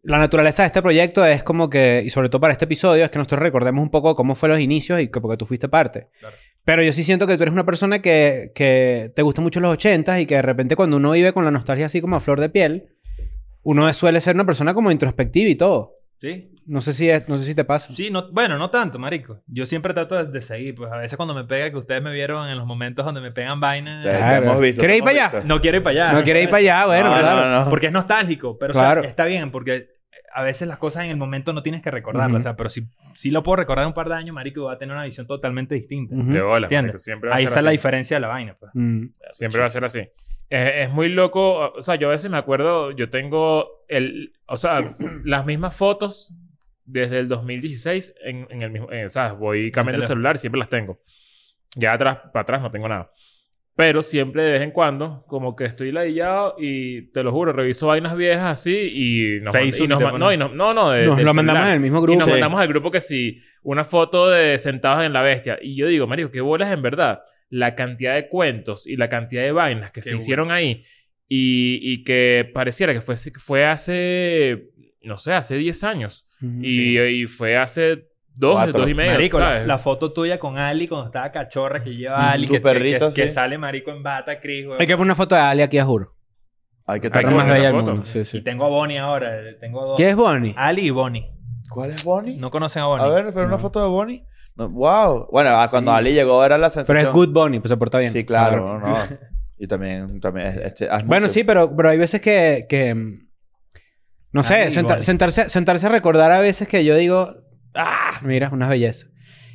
[SPEAKER 1] La naturaleza de este proyecto es como que, y sobre todo para este episodio, es que nosotros recordemos un poco cómo fue los inicios y que porque tú fuiste parte.
[SPEAKER 2] Claro.
[SPEAKER 1] Pero yo sí siento que tú eres una persona que, que te gustan mucho los 80 y que de repente cuando uno vive con la nostalgia así como a flor de piel, uno suele ser una persona como introspectiva y todo.
[SPEAKER 2] Sí.
[SPEAKER 1] No sé si, es- no sé si te pasa.
[SPEAKER 2] Sí, no, bueno, no tanto, marico. Yo siempre trato de, de seguir, pues a veces cuando me pega, que ustedes me vieron en los momentos donde me pegan vainas.
[SPEAKER 4] Te- te hemos visto, te
[SPEAKER 1] ¿Quieres ir
[SPEAKER 4] hemos
[SPEAKER 1] para allá?
[SPEAKER 4] visto.
[SPEAKER 2] No quiero ir para allá.
[SPEAKER 1] No quiere ir para allá, Ah, bueno,
[SPEAKER 4] No,
[SPEAKER 1] claro.
[SPEAKER 4] no, no.
[SPEAKER 2] Porque es nostálgico, pero o
[SPEAKER 1] Claro.
[SPEAKER 2] sea, está bien, porque a veces las cosas en el momento no tienes que recordarlas,
[SPEAKER 1] Ujú.
[SPEAKER 2] o sea, pero si, si lo puedo recordar en un par de años, marico, va a tener una visión totalmente distinta.
[SPEAKER 4] Mm.
[SPEAKER 1] Ujú.
[SPEAKER 3] De bola,
[SPEAKER 2] ¿Entiendes?
[SPEAKER 3] marico, Siempre va a
[SPEAKER 2] Ahí
[SPEAKER 3] ser
[SPEAKER 2] está la
[SPEAKER 3] así.
[SPEAKER 2] diferencia de la vaina, pues.
[SPEAKER 1] Mm.
[SPEAKER 3] Siempre va a ser así. Es, es muy loco. O sea, yo a veces me acuerdo, yo tengo el, o sea, las mismas fotos desde el 2016 en, en el mismo, en- o sea, voy cambiando el
[SPEAKER 2] teléfono.
[SPEAKER 3] celular, siempre las tengo. Ya atrás, para atrás no tengo nada. Pero siempre de vez en cuando, como que estoy ladillado y te lo juro, reviso vainas viejas así y nos, mand-
[SPEAKER 2] Facebook
[SPEAKER 3] y nos
[SPEAKER 2] te
[SPEAKER 3] man-
[SPEAKER 2] ponen.
[SPEAKER 3] no, y nos- no, no, de-
[SPEAKER 1] Nos
[SPEAKER 3] del
[SPEAKER 1] lo
[SPEAKER 3] celular.
[SPEAKER 1] mandamos en el mismo
[SPEAKER 3] Y
[SPEAKER 1] grupo.
[SPEAKER 3] nos
[SPEAKER 4] Sí.
[SPEAKER 3] mandamos al grupo que sí, una foto de sentados en la bestia. Y yo digo, Mario, qué bolas en verdad. La cantidad de cuentos y la cantidad de vainas que
[SPEAKER 2] Qué
[SPEAKER 3] se
[SPEAKER 2] bueno.
[SPEAKER 3] hicieron ahí. Y, y que pareciera que fue, fue hace, no sé, hace 10 años.
[SPEAKER 1] Ujú.
[SPEAKER 3] Y, y fue hace dos,
[SPEAKER 4] Cuatro.
[SPEAKER 3] dos y medio.
[SPEAKER 2] Mm, marico, la,
[SPEAKER 3] ¿sabes?
[SPEAKER 2] la foto tuya con Ali cuando estaba cachorra que lleva
[SPEAKER 1] Ujú.
[SPEAKER 2] a Ali,
[SPEAKER 4] Tu
[SPEAKER 2] que, que-
[SPEAKER 4] perrito,
[SPEAKER 2] que- que
[SPEAKER 4] sí.
[SPEAKER 2] sale marico en bata, Chris, weón.
[SPEAKER 1] Mm. Hay que poner una foto de Ali aquí, a juro.
[SPEAKER 4] Hay que
[SPEAKER 3] Hay
[SPEAKER 1] La
[SPEAKER 4] tener
[SPEAKER 3] que
[SPEAKER 1] más
[SPEAKER 3] poner
[SPEAKER 1] bella
[SPEAKER 3] esa
[SPEAKER 1] del
[SPEAKER 3] foto.
[SPEAKER 1] mundo. Sí, sí.
[SPEAKER 2] Y tengo a Bonnie ahora, eh, tengo a dos.
[SPEAKER 1] ¿Quién es Bonnie?
[SPEAKER 4] Ah,
[SPEAKER 2] Ali y Bonnie.
[SPEAKER 4] ¿Cuál es Bonnie?
[SPEAKER 2] ¿No conocen a Bonnie?
[SPEAKER 4] A ver, pero una
[SPEAKER 1] No.
[SPEAKER 4] foto de Bonnie. No, wow. Bueno, ah, cuando Ali llegó era la sensación.
[SPEAKER 1] Pero es Good Bonnie, pues se porta bien.
[SPEAKER 4] Sí, claro. no, no. Y también, también es- este, haz
[SPEAKER 1] Bueno,
[SPEAKER 4] música.
[SPEAKER 1] sí, pero, pero hay veces que... que, mm, no sé,
[SPEAKER 2] Ay,
[SPEAKER 1] senta-
[SPEAKER 2] Bonnie.
[SPEAKER 1] sentarse, sentarse a recordar a veces que yo digo... Ah, mira, unas bellezas.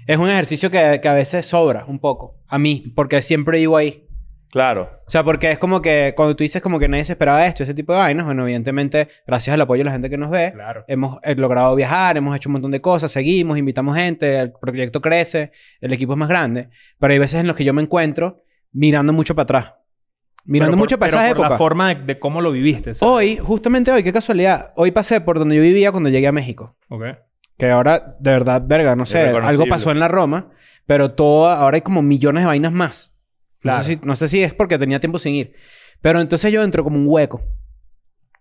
[SPEAKER 1] es un ejercicio que, que a veces sobra un poco. A mí, porque siempre digo ahí.
[SPEAKER 4] Claro.
[SPEAKER 1] O sea, porque es como que cuando tú dices como que nadie se esperaba esto, ese tipo de vainas, bueno, evidentemente, gracias al apoyo de la gente que nos ve,
[SPEAKER 3] Claro.
[SPEAKER 1] hemos eh, logrado viajar, hemos hecho un montón de cosas, seguimos, invitamos gente, el proyecto crece, el equipo es más grande, pero hay veces en los que yo me encuentro mirando mucho para atrás, mirando
[SPEAKER 2] Pero por-
[SPEAKER 1] mucho para
[SPEAKER 2] pero
[SPEAKER 1] esa
[SPEAKER 2] por
[SPEAKER 1] época.
[SPEAKER 2] la forma de, de cómo lo viviste. ¿sabes?
[SPEAKER 1] Hoy, justamente hoy, qué casualidad, hoy pasé por donde yo vivía cuando llegué a México.
[SPEAKER 2] Ok.
[SPEAKER 1] Que ahora, de verdad, verga, no sé, algo
[SPEAKER 4] Irreconocible.
[SPEAKER 1] pasó en la Roma, pero todo, ahora hay como millones de vainas más. No,
[SPEAKER 2] Claro.
[SPEAKER 1] sé si, no sé si es porque tenía tiempo sin ir. Pero entonces yo entro como un hueco.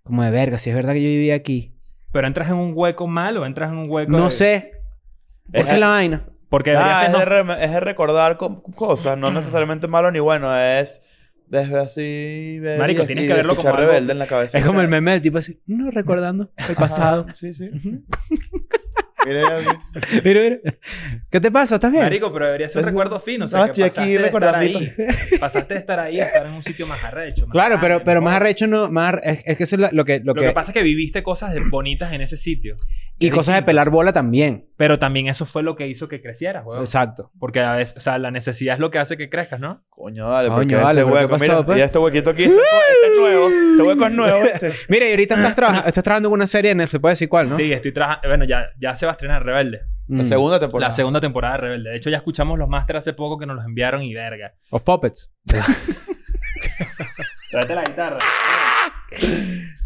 [SPEAKER 1] Como de verga, si es verdad que yo vivía aquí.
[SPEAKER 2] Pero entras en un hueco malo, entras en un hueco.
[SPEAKER 1] No
[SPEAKER 2] de-
[SPEAKER 1] sé.
[SPEAKER 4] Es-
[SPEAKER 1] Esa es la vaina.
[SPEAKER 2] Porque debería
[SPEAKER 4] Ah,
[SPEAKER 2] ser.
[SPEAKER 4] es,
[SPEAKER 2] no-
[SPEAKER 4] de rem- es de recordar co- cosas, no necesariamente malo ni bueno, es desde así. ver
[SPEAKER 3] Marico,
[SPEAKER 4] y-
[SPEAKER 3] tienes
[SPEAKER 4] y
[SPEAKER 3] que verlo como
[SPEAKER 4] escuchar
[SPEAKER 3] algo-
[SPEAKER 4] rebelde en la cabeza.
[SPEAKER 1] Es como el meme del tipo así, no recordando el
[SPEAKER 4] Ajá,
[SPEAKER 1] pasado.
[SPEAKER 4] Sí, sí. Mira, mira.
[SPEAKER 1] Mira, mira. ¿Qué te pasa? ¿Estás bien?
[SPEAKER 2] Marico, pero debería ser un
[SPEAKER 4] Es-
[SPEAKER 2] recuerdo fino. O sea,
[SPEAKER 4] No,
[SPEAKER 2] que
[SPEAKER 4] estoy aquí
[SPEAKER 2] pasaste de estar
[SPEAKER 4] recordandito.
[SPEAKER 2] ahí- Pasaste de estar ahí a estar en un sitio más arrecho. más
[SPEAKER 1] Claro,
[SPEAKER 2] grande,
[SPEAKER 1] pero, pero más
[SPEAKER 2] mejor.
[SPEAKER 1] arrecho ah, no. Más arre- es, es que eso es la- lo que. Lo
[SPEAKER 2] Lo
[SPEAKER 1] que,
[SPEAKER 2] que pasa es que viviste cosas de- bonitas en ese sitio.
[SPEAKER 1] y
[SPEAKER 2] es
[SPEAKER 1] cosas de
[SPEAKER 2] distinto.
[SPEAKER 1] pelar bola también.
[SPEAKER 2] Pero también eso fue lo que hizo que crecieras, weón.
[SPEAKER 1] Exacto.
[SPEAKER 2] Porque a veces, o sea, la necesidad es lo que hace que crezcas, ¿no?
[SPEAKER 4] Coño, dale,
[SPEAKER 1] Coño,
[SPEAKER 4] porque
[SPEAKER 1] vale,
[SPEAKER 4] este
[SPEAKER 1] pero ¿qué
[SPEAKER 4] hueco,
[SPEAKER 1] pasó,
[SPEAKER 4] mira,
[SPEAKER 1] pues?
[SPEAKER 4] ya este huequito aquí este, este es nuevo, este hueco es nuevo, este.
[SPEAKER 1] Mira, y ahorita estás, trabaja- estás trabajando en una serie, en el- se puede decir cuál, ¿no?
[SPEAKER 2] Sí, estoy trabajando. Bueno, ya, ya se va a estrenar Rebelde.
[SPEAKER 4] La
[SPEAKER 1] Mm.
[SPEAKER 4] segunda temporada.
[SPEAKER 2] La segunda temporada de Rebelde. De hecho, ya escuchamos los máster hace poco que nos los enviaron y verga.
[SPEAKER 1] Of Puppets.
[SPEAKER 3] Tráete la guitarra.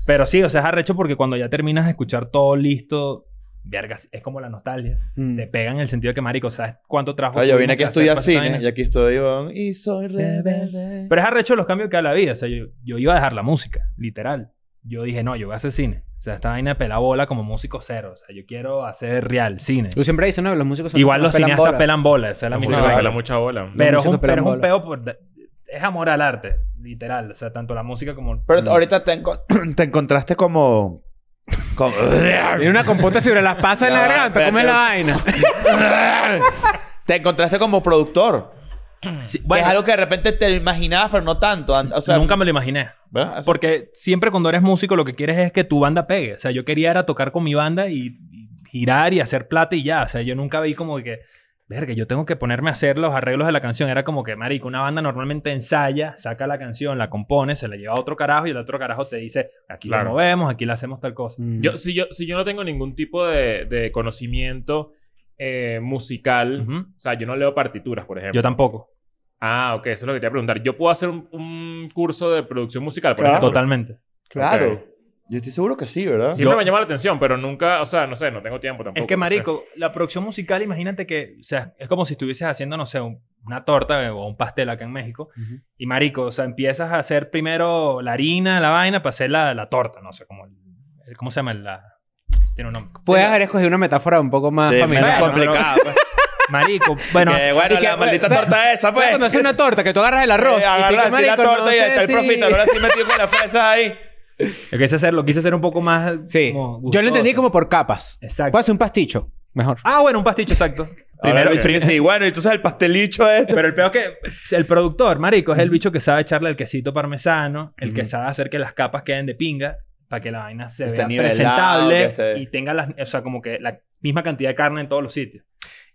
[SPEAKER 2] Pero sí, o sea, es arrecho porque cuando ya terminas de escuchar todo listo, verga, es como la nostalgia.
[SPEAKER 1] Mm.
[SPEAKER 2] Te pega en el sentido que, marico, ¿sabes cuánto trabajo?
[SPEAKER 4] Oye, Ah, yo
[SPEAKER 2] tuvimos
[SPEAKER 4] vine aquí
[SPEAKER 2] que
[SPEAKER 4] a
[SPEAKER 2] hacer
[SPEAKER 4] estudiar
[SPEAKER 2] para esta
[SPEAKER 4] cine
[SPEAKER 2] vaina?
[SPEAKER 4] y aquí estoy, weón, y soy rebelde.
[SPEAKER 2] Pero es arrecho los cambios que da la vida. O sea, yo, yo iba a dejar la música, literal. Yo dije, no, yo voy a hacer cine. O sea, esta vaina pela bola como músico cero. O sea, yo quiero hacer real cine.
[SPEAKER 1] Tú siempre dices, ¿no? Los músicos son
[SPEAKER 2] Igual
[SPEAKER 1] como
[SPEAKER 2] los
[SPEAKER 1] pelan
[SPEAKER 2] cineastas
[SPEAKER 1] bola.
[SPEAKER 2] pelan bola. Esa es la
[SPEAKER 3] La
[SPEAKER 2] misma
[SPEAKER 3] música
[SPEAKER 2] vaina.
[SPEAKER 3] pela mucha bola.
[SPEAKER 2] Pero,
[SPEAKER 1] Los
[SPEAKER 2] es un,
[SPEAKER 1] músicos
[SPEAKER 2] pero es
[SPEAKER 1] pelan
[SPEAKER 2] un peo por... Es amor al arte, literal. O sea, tanto la música como...
[SPEAKER 4] Pero
[SPEAKER 1] Mm.
[SPEAKER 4] ahorita te, encon- te encontraste como... como-
[SPEAKER 1] Tiene una compota sobre las pasas en la
[SPEAKER 4] Ya,
[SPEAKER 1] garganta. ¿Cómo es la vaina?
[SPEAKER 4] te encontraste como productor.
[SPEAKER 2] Sí,
[SPEAKER 4] Que
[SPEAKER 2] bueno,
[SPEAKER 4] es algo que de repente te imaginabas, pero no tanto. An- O sea,
[SPEAKER 2] nunca me lo imaginé.
[SPEAKER 4] ¿verdad? Eso-
[SPEAKER 2] Porque siempre cuando eres músico lo que quieres es que tu banda pegue. O sea, yo quería era tocar con mi banda y, y girar y hacer plata y ya. O sea, yo nunca vi como que, verga, yo tengo que ponerme a hacer los arreglos de la canción. Era como que, marico, una banda normalmente ensaya, saca la canción, la compone, se la lleva a otro carajo y el otro carajo te dice, aquí la
[SPEAKER 3] Claro.
[SPEAKER 2] movemos, aquí la hacemos tal cosa.
[SPEAKER 1] Mm.
[SPEAKER 3] Yo, si, yo, si yo no tengo ningún tipo de, de conocimiento eh, musical,
[SPEAKER 2] Ujú.
[SPEAKER 3] o sea, yo no leo partituras, por ejemplo.
[SPEAKER 2] Yo tampoco.
[SPEAKER 3] Ah, ok, eso es lo que te iba a preguntar. Yo puedo hacer un, un curso de producción musical, por
[SPEAKER 4] Claro.
[SPEAKER 3] ejemplo.
[SPEAKER 2] Totalmente.
[SPEAKER 4] Claro.
[SPEAKER 3] Ok.
[SPEAKER 4] Yo estoy seguro que sí, ¿verdad?
[SPEAKER 3] Siempre
[SPEAKER 2] Yo-
[SPEAKER 3] me llama la atención, pero nunca, o sea, no sé, no tengo tiempo tampoco.
[SPEAKER 2] Es que,
[SPEAKER 3] no sé.
[SPEAKER 2] marico, la producción musical, imagínate que, o sea, es como si estuvieses haciendo, no sé, un- una torta eh, o un pastel acá en México.
[SPEAKER 1] Ujú.
[SPEAKER 2] Y, marico, o sea, empiezas a hacer primero la harina, la vaina, para hacer la, la torta, no sé, como el, el- ¿Cómo se llama? La, tiene un nombre.
[SPEAKER 1] Puedes haber escogido una metáfora un poco más
[SPEAKER 4] Sí,
[SPEAKER 1] familiar.
[SPEAKER 4] menos
[SPEAKER 2] Bueno,
[SPEAKER 4] complicado. pues.
[SPEAKER 2] Marico, bueno,
[SPEAKER 4] que, bueno,
[SPEAKER 1] y que,
[SPEAKER 4] la
[SPEAKER 1] bueno,
[SPEAKER 4] maldita
[SPEAKER 1] ¿sabes-
[SPEAKER 4] torta esa,
[SPEAKER 1] ¿Sabes
[SPEAKER 4] pues.
[SPEAKER 1] cuando haces una torta que tú agarras el arroz?
[SPEAKER 4] Eh, agarra
[SPEAKER 1] dices,
[SPEAKER 4] así la
[SPEAKER 1] "Marico,
[SPEAKER 4] torta
[SPEAKER 1] no
[SPEAKER 4] y
[SPEAKER 1] sé
[SPEAKER 4] está el
[SPEAKER 1] si-".
[SPEAKER 4] profita. Ahora sí metido con la fresa ahí.
[SPEAKER 2] yo quise hacer, lo quise hacer un poco más.
[SPEAKER 1] Sí.
[SPEAKER 2] como
[SPEAKER 1] Yo lo entendí
[SPEAKER 2] gustoso.
[SPEAKER 1] como por capas.
[SPEAKER 2] Exacto.
[SPEAKER 1] Puedes hacer un pasticho. Mejor.
[SPEAKER 2] Ah, bueno, un pasticho, exacto.
[SPEAKER 4] Primero,
[SPEAKER 2] Primero,
[SPEAKER 4] el bicho que sí. Bueno, y tú sabes el pastelicho este.
[SPEAKER 2] Pero el peor que el productor, marico, es el bicho que sabe echarle el quesito parmesano, el que sabe hacer que las capas queden de pinga para que la vaina se
[SPEAKER 4] Esté
[SPEAKER 2] vea
[SPEAKER 4] nivelado,
[SPEAKER 2] presentable
[SPEAKER 4] que esté-
[SPEAKER 2] y tenga las, o sea, como que la misma cantidad de carne en todos los sitios.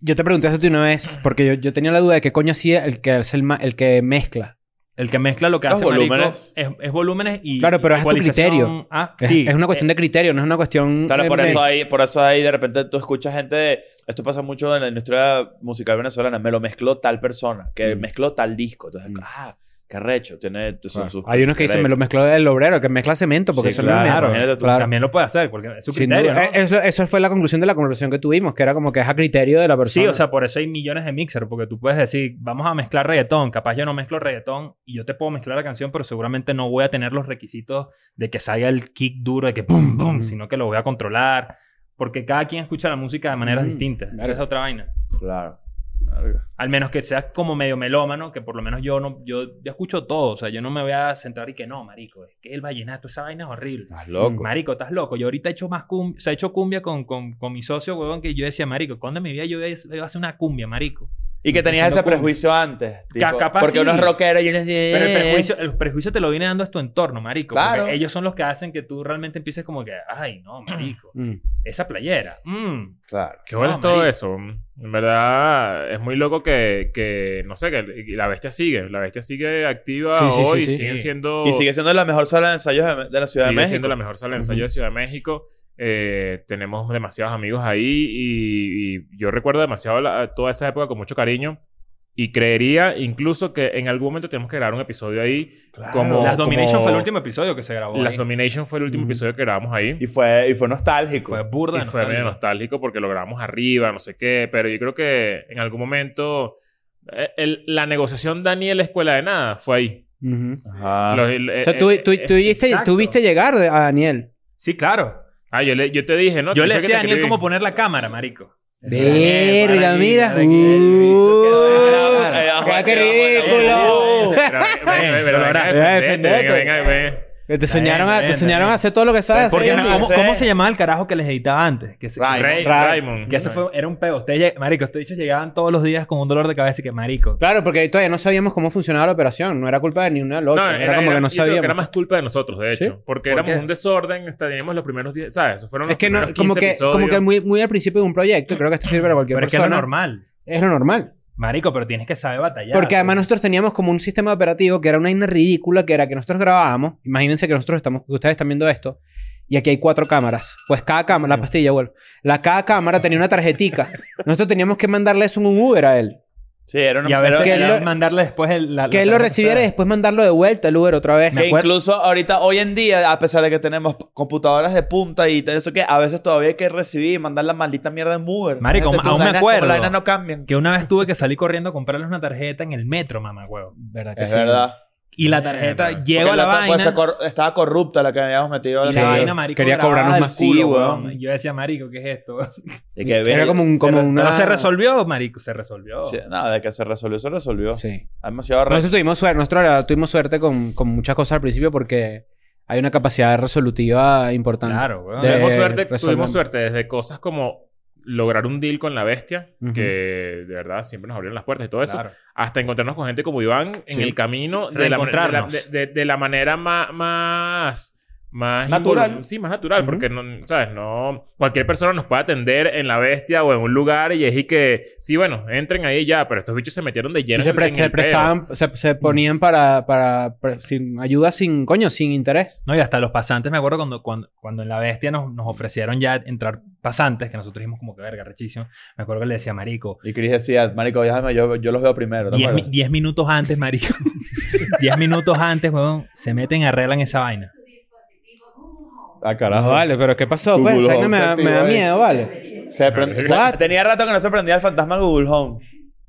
[SPEAKER 1] Yo te pregunté eso tú una vez, porque yo, yo tenía la duda de qué coño hacía el que, hace el, ma- el que mezcla.
[SPEAKER 2] El que mezcla lo que
[SPEAKER 4] Los
[SPEAKER 2] hace marico,
[SPEAKER 4] volúmenes.
[SPEAKER 2] es, es volúmenes y
[SPEAKER 1] Claro, pero es a tu
[SPEAKER 2] ecualización.
[SPEAKER 1] criterio.
[SPEAKER 2] Ah,
[SPEAKER 1] Es,
[SPEAKER 2] sí.
[SPEAKER 1] es una cuestión de criterio, no es una cuestión.
[SPEAKER 4] Claro,
[SPEAKER 1] eh,
[SPEAKER 4] por
[SPEAKER 1] de-
[SPEAKER 4] eso, ahí, por eso ahí de repente tú escuchas gente de- Esto pasa mucho en la industria musical venezolana. Me lo mezcló tal persona, que
[SPEAKER 1] Mm.
[SPEAKER 4] mezcló tal disco. Entonces,
[SPEAKER 1] Mm.
[SPEAKER 4] ah, qué recho. Tiene sus-
[SPEAKER 1] Claro.
[SPEAKER 4] sus-
[SPEAKER 1] Hay unos que dicen, me lo mezcló el obrero, que mezcla cemento, porque
[SPEAKER 4] Sí,
[SPEAKER 1] eso no es lo
[SPEAKER 4] claro,
[SPEAKER 1] mismo.
[SPEAKER 4] imagínate tú.
[SPEAKER 1] Claro.
[SPEAKER 2] Eh, También lo puede hacer porque es su
[SPEAKER 1] Sin
[SPEAKER 2] criterio,
[SPEAKER 1] duda.
[SPEAKER 2] ¿no?
[SPEAKER 1] Eh, Eso, eso fue la conclusión de la conversación que tuvimos, que era como que es a criterio de la persona.
[SPEAKER 2] Sí, o sea, por eso hay millones de mixer, porque tú puedes decir, vamos a mezclar reggaetón, capaz yo no mezclo reggaetón y yo te puedo mezclar la canción, pero seguramente no voy a tener los requisitos de que salga el kick duro, de que pum, pum,
[SPEAKER 1] Ujú.
[SPEAKER 2] sino que lo voy a controlar, porque cada quien escucha la música de maneras
[SPEAKER 1] Ujú,
[SPEAKER 2] distintas,
[SPEAKER 1] claro.
[SPEAKER 2] esa es otra vaina.
[SPEAKER 4] Claro.
[SPEAKER 2] Al menos que seas como medio melómano, que por lo menos yo no, yo, yo escucho todo, o sea, yo no me voy a centrar y que no, marico, es que el vallenato, esa vaina es horrible.
[SPEAKER 4] Estás loco.
[SPEAKER 2] Marico, estás loco. Yo ahorita he hecho más cumbia. O sea, he hecho cumbia con, con, con mi socio, huevón, que yo decía, Marico, ¿cuándo en mi vida yo voy a hacer una cumbia, Marico?
[SPEAKER 4] Y que tenías ese
[SPEAKER 2] Haciendo cumbia.
[SPEAKER 4] prejuicio antes. tipo,
[SPEAKER 2] capaz
[SPEAKER 4] porque
[SPEAKER 2] sí.
[SPEAKER 4] uno es rockero y uno es...
[SPEAKER 2] Pero el prejuicio, el prejuicio te lo viene dando es tu entorno, marico. porque
[SPEAKER 4] Claro.
[SPEAKER 2] ellos son los que hacen que tú realmente empieces como que, ay, no, marico.
[SPEAKER 1] Mm.
[SPEAKER 2] Esa playera. mm,
[SPEAKER 4] Claro.
[SPEAKER 3] Qué bueno
[SPEAKER 2] No,
[SPEAKER 3] es todo
[SPEAKER 2] marico.
[SPEAKER 3] eso. En verdad, es muy loco que, que no sé, que y la bestia sigue. La bestia sigue activa
[SPEAKER 1] Sí, sí, sí,
[SPEAKER 3] hoy.
[SPEAKER 1] sí.
[SPEAKER 3] Siguen
[SPEAKER 2] Sí.
[SPEAKER 3] siendo...
[SPEAKER 4] Y sigue siendo la mejor sala de ensayos de, de la Ciudad de
[SPEAKER 3] sigue
[SPEAKER 4] México.
[SPEAKER 3] siendo la mejor sala de ensayo de Ciudad de México. Eh, tenemos demasiados amigos ahí y, y yo recuerdo demasiado la- toda esa época con mucho cariño. Y creería incluso que en algún momento tenemos que grabar un episodio ahí. Como,
[SPEAKER 2] las Domination
[SPEAKER 3] como-
[SPEAKER 2] fue el último episodio que se grabó.
[SPEAKER 3] Las
[SPEAKER 2] ahí.
[SPEAKER 3] Domination fue el último
[SPEAKER 1] Ujú.
[SPEAKER 3] episodio que grabamos ahí.
[SPEAKER 4] Y fue, y fue nostálgico.
[SPEAKER 2] Fue burda.
[SPEAKER 3] Y fue medio nostálgico porque lo grabamos arriba, no sé qué. Pero yo creo que en algún momento... eh, el- la negociación Daniel Escuela de Nada fue ahí.
[SPEAKER 1] Ujú.
[SPEAKER 4] Ajá.
[SPEAKER 3] Los- el-
[SPEAKER 1] Ah. O sea,
[SPEAKER 3] eh,
[SPEAKER 1] tú,
[SPEAKER 3] eh,
[SPEAKER 1] tú,
[SPEAKER 3] eh,
[SPEAKER 1] tú viste,
[SPEAKER 2] exacto.
[SPEAKER 1] tú viste llegar a Daniel.
[SPEAKER 2] Sí, claro.
[SPEAKER 3] Ah, yo, le- yo te dije, ¿no?
[SPEAKER 2] Yo
[SPEAKER 3] Tú
[SPEAKER 2] le
[SPEAKER 3] fue que
[SPEAKER 2] decía a
[SPEAKER 3] te
[SPEAKER 2] Daniel
[SPEAKER 3] escribí.
[SPEAKER 2] cómo poner la cámara, marico.
[SPEAKER 1] Verga,
[SPEAKER 2] para aquí,
[SPEAKER 1] mira.
[SPEAKER 2] para aquí,
[SPEAKER 1] Uh,
[SPEAKER 4] el bicho quedó-
[SPEAKER 1] acá, ¡Qué
[SPEAKER 4] Pero-
[SPEAKER 1] ridículo!
[SPEAKER 3] Pero, ven, ven, pero
[SPEAKER 2] Logra-
[SPEAKER 3] venga,
[SPEAKER 1] Venga,
[SPEAKER 3] defendete,
[SPEAKER 1] defendete.
[SPEAKER 3] venga, ven.
[SPEAKER 1] Que Te enseñaron a, te
[SPEAKER 2] Ven,
[SPEAKER 1] enseñaron
[SPEAKER 2] ven.
[SPEAKER 1] a hacer todo lo que sabes hacer.
[SPEAKER 4] Porque
[SPEAKER 2] Porque,
[SPEAKER 4] no-
[SPEAKER 2] ¿cómo,
[SPEAKER 4] sé.
[SPEAKER 2] cómo se llamaba el carajo que les editaba antes? Que se-
[SPEAKER 4] Raymond.
[SPEAKER 3] Ray-
[SPEAKER 1] Ra-
[SPEAKER 3] Raymond.
[SPEAKER 2] Que ese fue, era un peo. Ustedes, lleg- marico, estos dichos llegaban todos los días con un dolor de cabeza y que, marico.
[SPEAKER 1] Claro, porque todavía no sabíamos cómo funcionaba la operación. No era culpa de ni una de la
[SPEAKER 3] No,
[SPEAKER 1] otra.
[SPEAKER 3] era,
[SPEAKER 1] era, como que no
[SPEAKER 3] yo creo
[SPEAKER 1] sabíamos.
[SPEAKER 3] era más culpa de nosotros, de
[SPEAKER 1] ¿Sí?
[SPEAKER 3] hecho. Porque
[SPEAKER 2] ¿Por
[SPEAKER 3] éramos
[SPEAKER 2] qué?
[SPEAKER 3] un desorden, hasta teníamos los primeros 10, ¿sabes? Eso fueron los
[SPEAKER 1] es que no,
[SPEAKER 3] primeros
[SPEAKER 1] como
[SPEAKER 3] 15
[SPEAKER 1] que,
[SPEAKER 3] episodios.
[SPEAKER 1] como que muy, muy al principio de un proyecto, y creo que esto sirve para cualquier
[SPEAKER 2] Pero es que es
[SPEAKER 1] persona.
[SPEAKER 2] lo normal.
[SPEAKER 1] Es lo normal.
[SPEAKER 2] Marico, pero tienes que saber batallar. pues.
[SPEAKER 1] Porque además
[SPEAKER 2] no
[SPEAKER 1] nosotros teníamos como un sistema operativo que era una vaina ridícula, que era que nosotros grabábamos. Imagínense que nosotros estamos, que ustedes están viendo esto. Y aquí hay cuatro cámaras. Pues cada cámara, la pastilla, bueno. La cada cámara tenía una tarjetica. Nosotros teníamos que mandarle eso en un Uber a él.
[SPEAKER 4] Sí, era una...
[SPEAKER 2] Y a veces
[SPEAKER 1] que
[SPEAKER 4] era-
[SPEAKER 1] él
[SPEAKER 2] era
[SPEAKER 1] lo-
[SPEAKER 2] mandarle después el, la, la
[SPEAKER 1] Que él lo
[SPEAKER 2] tarjeta.
[SPEAKER 1] recibiera y después mandarlo de vuelta al Uber otra vez.
[SPEAKER 4] Que incluso ahorita, hoy en día, a pesar de que tenemos p- computadoras de punta y todo eso, que a veces todavía hay que recibir y mandar la maldita mierda en Uber.
[SPEAKER 2] Marico,
[SPEAKER 4] Imagínate tú,
[SPEAKER 2] aún me
[SPEAKER 4] las vainas-
[SPEAKER 2] acuerdo.
[SPEAKER 4] como Las vainas no cambian.
[SPEAKER 2] Que una vez tuve que salir corriendo a comprarles una tarjeta en el metro, mamá, huevo.
[SPEAKER 1] ¿Verdad que
[SPEAKER 4] Es
[SPEAKER 1] sí?
[SPEAKER 4] verdad.
[SPEAKER 2] Y la tarjeta,
[SPEAKER 3] Mierda.
[SPEAKER 2] llego a
[SPEAKER 4] Porque
[SPEAKER 2] la
[SPEAKER 4] otra
[SPEAKER 2] vaina.
[SPEAKER 4] cosa cor- estaba corrupta la que habíamos metido.
[SPEAKER 2] Y
[SPEAKER 4] en
[SPEAKER 1] Sí.
[SPEAKER 2] la
[SPEAKER 4] la-
[SPEAKER 2] vaina, marico,
[SPEAKER 1] Quería
[SPEAKER 2] grababa
[SPEAKER 1] cobrarnos
[SPEAKER 2] el
[SPEAKER 1] más.
[SPEAKER 2] culo,
[SPEAKER 4] Sí,
[SPEAKER 2] weón.
[SPEAKER 4] weón.
[SPEAKER 2] Yo decía, marico, ¿qué es esto?
[SPEAKER 4] Y que
[SPEAKER 1] Era
[SPEAKER 4] ve-
[SPEAKER 1] como, un, como
[SPEAKER 4] se re-
[SPEAKER 1] una...
[SPEAKER 2] Pero se resolvió, marico, se resolvió.
[SPEAKER 4] Sí, no, de que se resolvió, se resolvió.
[SPEAKER 1] Sí.
[SPEAKER 4] Hay demasiado re-
[SPEAKER 1] Nosotros tuvimos suerte, nosotros la verdad, tuvimos suerte con, con muchas cosas al principio porque hay una capacidad resolutiva importante.
[SPEAKER 2] Claro, weón.
[SPEAKER 1] De-
[SPEAKER 3] Tuvimos
[SPEAKER 1] Eh,
[SPEAKER 3] suerte,
[SPEAKER 1] resolvemos.
[SPEAKER 3] tuvimos suerte desde cosas como lograr un deal con la bestia,
[SPEAKER 1] Ujú.
[SPEAKER 3] que de verdad siempre nos abrieron las puertas y todo eso,
[SPEAKER 2] Claro.
[SPEAKER 3] hasta encontrarnos con gente como Iván en
[SPEAKER 1] Sí.
[SPEAKER 3] el camino de la, de, la,
[SPEAKER 2] Reencontrarnos.
[SPEAKER 3] de- de- de la manera ma- más más
[SPEAKER 4] Natural.
[SPEAKER 3] involu- Sí, más natural,
[SPEAKER 1] Ujú.
[SPEAKER 3] porque no, sabes, no cualquier persona nos puede atender en la bestia o en un lugar y es y que sí, bueno, entren ahí ya, pero estos bichos se metieron de
[SPEAKER 1] Y
[SPEAKER 3] lleno
[SPEAKER 1] se,
[SPEAKER 3] en-
[SPEAKER 1] pre-
[SPEAKER 3] en
[SPEAKER 1] se
[SPEAKER 3] el pedo.
[SPEAKER 1] prestaban, se, se ponían para, para, para- sin ayuda sin coño, sin interés.
[SPEAKER 2] No, y hasta los pasantes, me acuerdo cuando, cuando, cuando en La Bestia nos, nos ofrecieron ya entrar pasantes, que nosotros dijimos como que verga, rechísimo. Me acuerdo que le decía, marico,
[SPEAKER 4] Y Chris decía, marico, déjame, yo, yo los veo primero. ¿te
[SPEAKER 2] 10 mi-
[SPEAKER 4] acuerdas?
[SPEAKER 2] 10 minutos antes, marico. 10 minutos antes, weón, se meten y arreglan esa vaina.
[SPEAKER 4] Ah, carajo.
[SPEAKER 1] Vale, pero ¿qué pasó?
[SPEAKER 4] Google
[SPEAKER 1] Pues, Esa
[SPEAKER 4] Home
[SPEAKER 1] vaina me,
[SPEAKER 4] se
[SPEAKER 1] da- me
[SPEAKER 4] activó
[SPEAKER 1] da
[SPEAKER 4] ahí.
[SPEAKER 1] miedo, vale.
[SPEAKER 4] Se prend-
[SPEAKER 3] What?
[SPEAKER 4] se- Tenía rato que no se prendía el fantasma Google Home.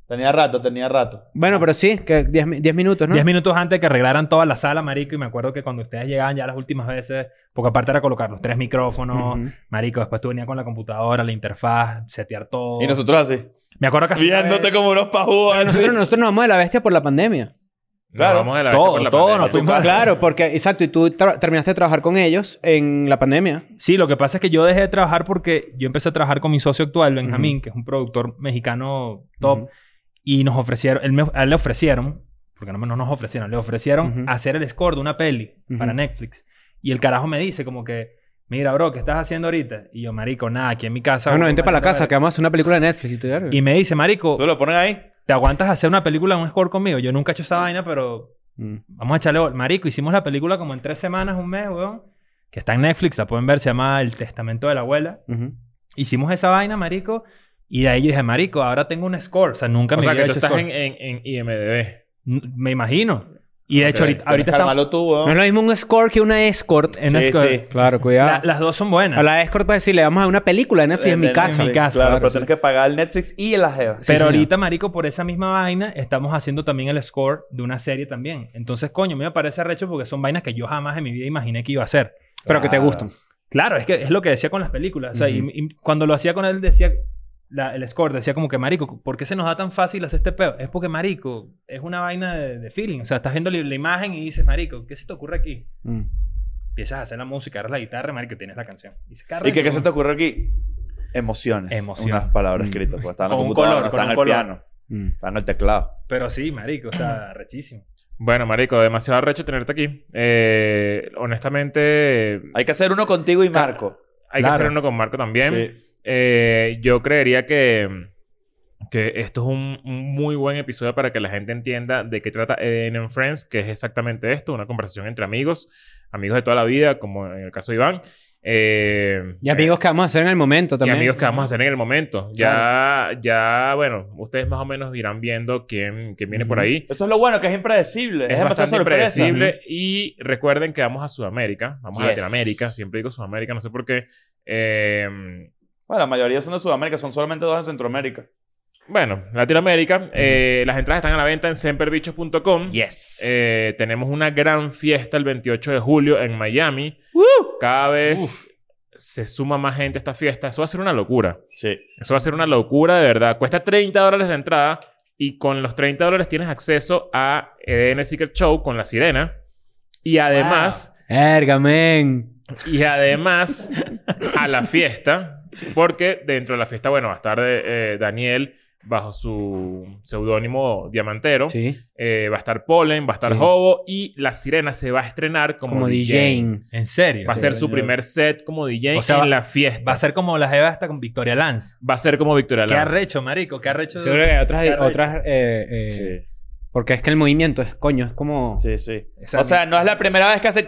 [SPEAKER 4] Tenía rato, tenía rato.
[SPEAKER 1] Bueno, pero sí, que 10 minutos, ¿no?
[SPEAKER 2] 10 minutos antes que arreglaran toda la sala, marico, y me acuerdo que cuando ustedes llegaban ya las últimas veces, porque aparte era colocar los tres micrófonos,
[SPEAKER 1] Ujú.
[SPEAKER 2] marico, después tú venías con la computadora, la interfaz, setear todo.
[SPEAKER 4] Y nosotros así.
[SPEAKER 2] me acuerdo que hasta una vez-
[SPEAKER 4] Viéndote como unos pajúos. así.
[SPEAKER 1] Nosotros, nosotros nos vamos de la bestia por la pandemia.
[SPEAKER 3] Nos
[SPEAKER 4] Claro.
[SPEAKER 3] vamos de la
[SPEAKER 2] Todo,
[SPEAKER 3] bestia por la
[SPEAKER 2] todo,
[SPEAKER 3] pandemia.
[SPEAKER 2] nos fuimos
[SPEAKER 4] casa.
[SPEAKER 1] Claro, porque, exacto, y tú tra- terminaste de trabajar con ellos en la pandemia.
[SPEAKER 2] Sí, lo que pasa es que yo dejé de trabajar porque yo empecé a trabajar con mi socio actual, Benjamín, que es un productor mexicano top,
[SPEAKER 1] Ujú.
[SPEAKER 2] y nos ofrecieron, él me- a él le ofrecieron, porque no, me- no nos ofrecieron, le ofrecieron
[SPEAKER 1] Ujú.
[SPEAKER 2] hacer el score de una peli
[SPEAKER 1] Ujú.
[SPEAKER 2] para Netflix. Y el carajo me dice como que, mira, bro, ¿qué estás haciendo ahorita? Y yo, marico, nada, aquí en mi casa.
[SPEAKER 1] No, no,
[SPEAKER 2] bueno,
[SPEAKER 1] vente para la
[SPEAKER 2] maldita
[SPEAKER 1] casa, que
[SPEAKER 2] verga".
[SPEAKER 1] vamos a hacer una película de Netflix. Y tú, claro.
[SPEAKER 2] Y me dice, marico,
[SPEAKER 4] Eso lo ponen ahí.
[SPEAKER 2] ¿te aguantas a hacer una película, un score conmigo? Yo nunca he hecho esa vaina, pero
[SPEAKER 1] Mm.
[SPEAKER 2] vamos a echarle... bol- Marico, hicimos la película como en tres semanas, un mes, weón. Que está en Netflix, la pueden ver, se llama El Testamento de la Abuela.
[SPEAKER 1] Ujú.
[SPEAKER 2] Hicimos esa vaina, marico. Y de ahí yo dije, marico, ahora tengo un score. O sea, nunca
[SPEAKER 3] O
[SPEAKER 2] me
[SPEAKER 3] sea,
[SPEAKER 2] había
[SPEAKER 3] que tú
[SPEAKER 2] hecho
[SPEAKER 3] estás
[SPEAKER 2] score.
[SPEAKER 3] en, en, en IMDb.
[SPEAKER 2] N- Me imagino. Y de
[SPEAKER 3] Ok,
[SPEAKER 2] hecho, ahorita, ahorita
[SPEAKER 4] Ahorita
[SPEAKER 2] estamos...
[SPEAKER 4] malo tú,
[SPEAKER 1] No es
[SPEAKER 4] weón.
[SPEAKER 1] lo mismo un score que una escort.
[SPEAKER 2] En
[SPEAKER 4] Sí,
[SPEAKER 2] score.
[SPEAKER 4] sí.
[SPEAKER 1] Claro,
[SPEAKER 2] La-
[SPEAKER 1] cuidado.
[SPEAKER 2] las dos son buenas.
[SPEAKER 1] a la escort para decirle, vamos a ver una película de Netflix en mi
[SPEAKER 4] De
[SPEAKER 1] casa.
[SPEAKER 4] Netflix, Claro, pero
[SPEAKER 1] sí.
[SPEAKER 4] tienes que pagar el Netflix y el ajeo.
[SPEAKER 1] Sí,
[SPEAKER 2] Pero
[SPEAKER 1] señor.
[SPEAKER 2] ahorita, marico, por esa misma vaina, estamos haciendo también el score de una serie también. Entonces, coño, a mí me parece recho porque son vainas que yo jamás en mi vida imaginé que iba a hacer.
[SPEAKER 1] Pero que te
[SPEAKER 4] Claro.
[SPEAKER 1] gustan.
[SPEAKER 2] Claro, es que es lo que decía con las películas. O sea, y-
[SPEAKER 1] Ujú.
[SPEAKER 2] y, cuando lo hacía con él, decía... la- el score decía como que, marico, ¿por qué se nos da tan fácil hacer este peo? Es porque, marico, es una vaina de, de feeling. O sea, estás viendo la, la imagen y dices, marico, ¿qué se te ocurre aquí?
[SPEAKER 1] Mm.
[SPEAKER 2] Empiezas a hacer la música, agarras la guitarra, marico, tienes la canción. Y, dices,
[SPEAKER 4] ¿Y qué,
[SPEAKER 2] "Carreño".
[SPEAKER 4] qué se te ocurre aquí? Emociones.
[SPEAKER 2] Emoción.
[SPEAKER 4] Unas palabras
[SPEAKER 1] Mm.
[SPEAKER 4] escritas. Porque está en la
[SPEAKER 2] Con un
[SPEAKER 4] computadora,
[SPEAKER 2] color,
[SPEAKER 4] no
[SPEAKER 2] con
[SPEAKER 4] está en
[SPEAKER 2] un
[SPEAKER 4] el
[SPEAKER 2] color.
[SPEAKER 4] piano.
[SPEAKER 1] Mm.
[SPEAKER 4] Está en el teclado.
[SPEAKER 2] Pero sí, marico, o sea, rechísimo.
[SPEAKER 3] Bueno, marico, demasiado arrecho tenerte aquí. Eh, honestamente, eh,
[SPEAKER 4] Hay que hacer uno contigo y Marco.
[SPEAKER 3] hay
[SPEAKER 2] Claro.
[SPEAKER 3] que hacer uno con Marco también.
[SPEAKER 4] Sí.
[SPEAKER 3] Eh, yo creería que, que esto es un, un muy buen episodio para que la gente entienda de qué trata EDN en Friends, que es exactamente esto, una conversación entre amigos, amigos de toda la vida, como en el caso de Iván. Eh,
[SPEAKER 1] Y amigos que vamos a hacer en el momento
[SPEAKER 3] y
[SPEAKER 1] también.
[SPEAKER 3] amigos que vamos a hacer en el momento. Ya, ya, bueno, ustedes más o menos irán viendo quién, quién viene por
[SPEAKER 1] Ujú.
[SPEAKER 3] ahí.
[SPEAKER 4] Eso es lo bueno, que es impredecible. Es,
[SPEAKER 3] Es
[SPEAKER 4] demasiado
[SPEAKER 3] bastante
[SPEAKER 4] sorpresa.
[SPEAKER 3] impredecible. Y recuerden que vamos a Sudamérica. Vamos a
[SPEAKER 4] Yes.
[SPEAKER 3] Latinoamérica. Siempre digo Sudamérica, no sé por qué. Eh,
[SPEAKER 4] Bueno, la mayoría son de Sudamérica, son solamente dos en Centroamérica.
[SPEAKER 3] Bueno, Latinoamérica. eh, las entradas están a la venta en semperbichos.com.
[SPEAKER 4] Yes.
[SPEAKER 3] Eh, tenemos una gran fiesta el 28 de julio en Miami. Cada vez se suma más gente a esta fiesta. Eso va a ser una locura.
[SPEAKER 4] sí.
[SPEAKER 3] Eso va a ser una locura, de verdad. Cuesta 30 dólares la entrada y con los 30 dólares tienes acceso a EDN Secret Show con la sirena. Y además...
[SPEAKER 1] Erga, men.
[SPEAKER 3] Y además a la fiesta, porque dentro de la fiesta, bueno, va a estar eh, eh, Daniel bajo su seudónimo Diamantero,
[SPEAKER 1] Sí.
[SPEAKER 3] eh, va a estar Pollen, va a estar
[SPEAKER 1] Sí.
[SPEAKER 3] Hobo y La Sirena se va a estrenar como,
[SPEAKER 1] Como
[SPEAKER 3] DJ.
[SPEAKER 1] DJ.
[SPEAKER 2] En serio.
[SPEAKER 3] Va a
[SPEAKER 2] Sí,
[SPEAKER 3] ser su
[SPEAKER 2] señor.
[SPEAKER 3] primer set como DJ
[SPEAKER 2] O sea, va-
[SPEAKER 3] en la fiesta.
[SPEAKER 2] Va a ser como la Jeva hasta con Victoria Lance.
[SPEAKER 3] Va a ser como Victoria
[SPEAKER 2] ¿Qué
[SPEAKER 3] Lance.
[SPEAKER 2] arrecho, marico? ¿Qué arrecho?
[SPEAKER 1] Yo creo que hay otras...
[SPEAKER 2] Qué arrecho.
[SPEAKER 1] otras eh, eh,
[SPEAKER 4] Sí.
[SPEAKER 1] Porque es que el movimiento es coño. Es como...
[SPEAKER 4] Sí, sí.
[SPEAKER 2] Exacto.
[SPEAKER 4] O sea, no es la primera vez que hace...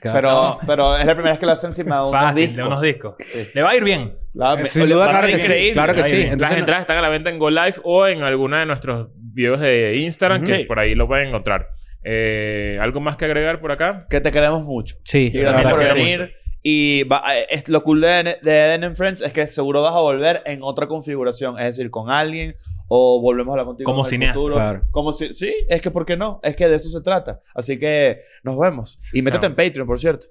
[SPEAKER 1] Claro.
[SPEAKER 4] Pero, pero es la primera vez que lo hace encima de unos
[SPEAKER 2] Fácil,
[SPEAKER 4] discos.
[SPEAKER 2] de unos discos.
[SPEAKER 4] Sí.
[SPEAKER 2] Le va a ir bien.
[SPEAKER 4] La-
[SPEAKER 1] Sin
[SPEAKER 4] le-
[SPEAKER 1] duda,
[SPEAKER 4] va a
[SPEAKER 1] claro
[SPEAKER 4] ser
[SPEAKER 1] que sí,
[SPEAKER 4] increíble.
[SPEAKER 1] claro que
[SPEAKER 4] Ahí
[SPEAKER 1] sí.
[SPEAKER 4] viene.
[SPEAKER 1] Entonces,
[SPEAKER 3] Las
[SPEAKER 1] no-
[SPEAKER 3] entradas están a la venta en Go Live o en alguna de nuestros videos de Instagram,
[SPEAKER 4] Ujú.
[SPEAKER 3] que
[SPEAKER 4] Sí.
[SPEAKER 3] por ahí lo pueden encontrar. Eh, ¿Algo más que agregar por acá?
[SPEAKER 4] Que te queremos mucho.
[SPEAKER 1] Sí.
[SPEAKER 4] Y gracias
[SPEAKER 3] la
[SPEAKER 4] por
[SPEAKER 3] verdad que
[SPEAKER 4] venir. Y va- eh, es- lo cool de, Eden- de Eden and Friends es que seguro vas a volver en otra configuración, es decir, con alguien o volvemos a hablar contigo
[SPEAKER 2] Como
[SPEAKER 4] en el
[SPEAKER 2] cineasta,
[SPEAKER 4] futuro.
[SPEAKER 1] Claro.
[SPEAKER 4] Como si, sí, es que ¿por qué no? Es que de eso se trata. Así que nos vemos. Y métete
[SPEAKER 3] Chao.
[SPEAKER 4] en Patreon, por cierto.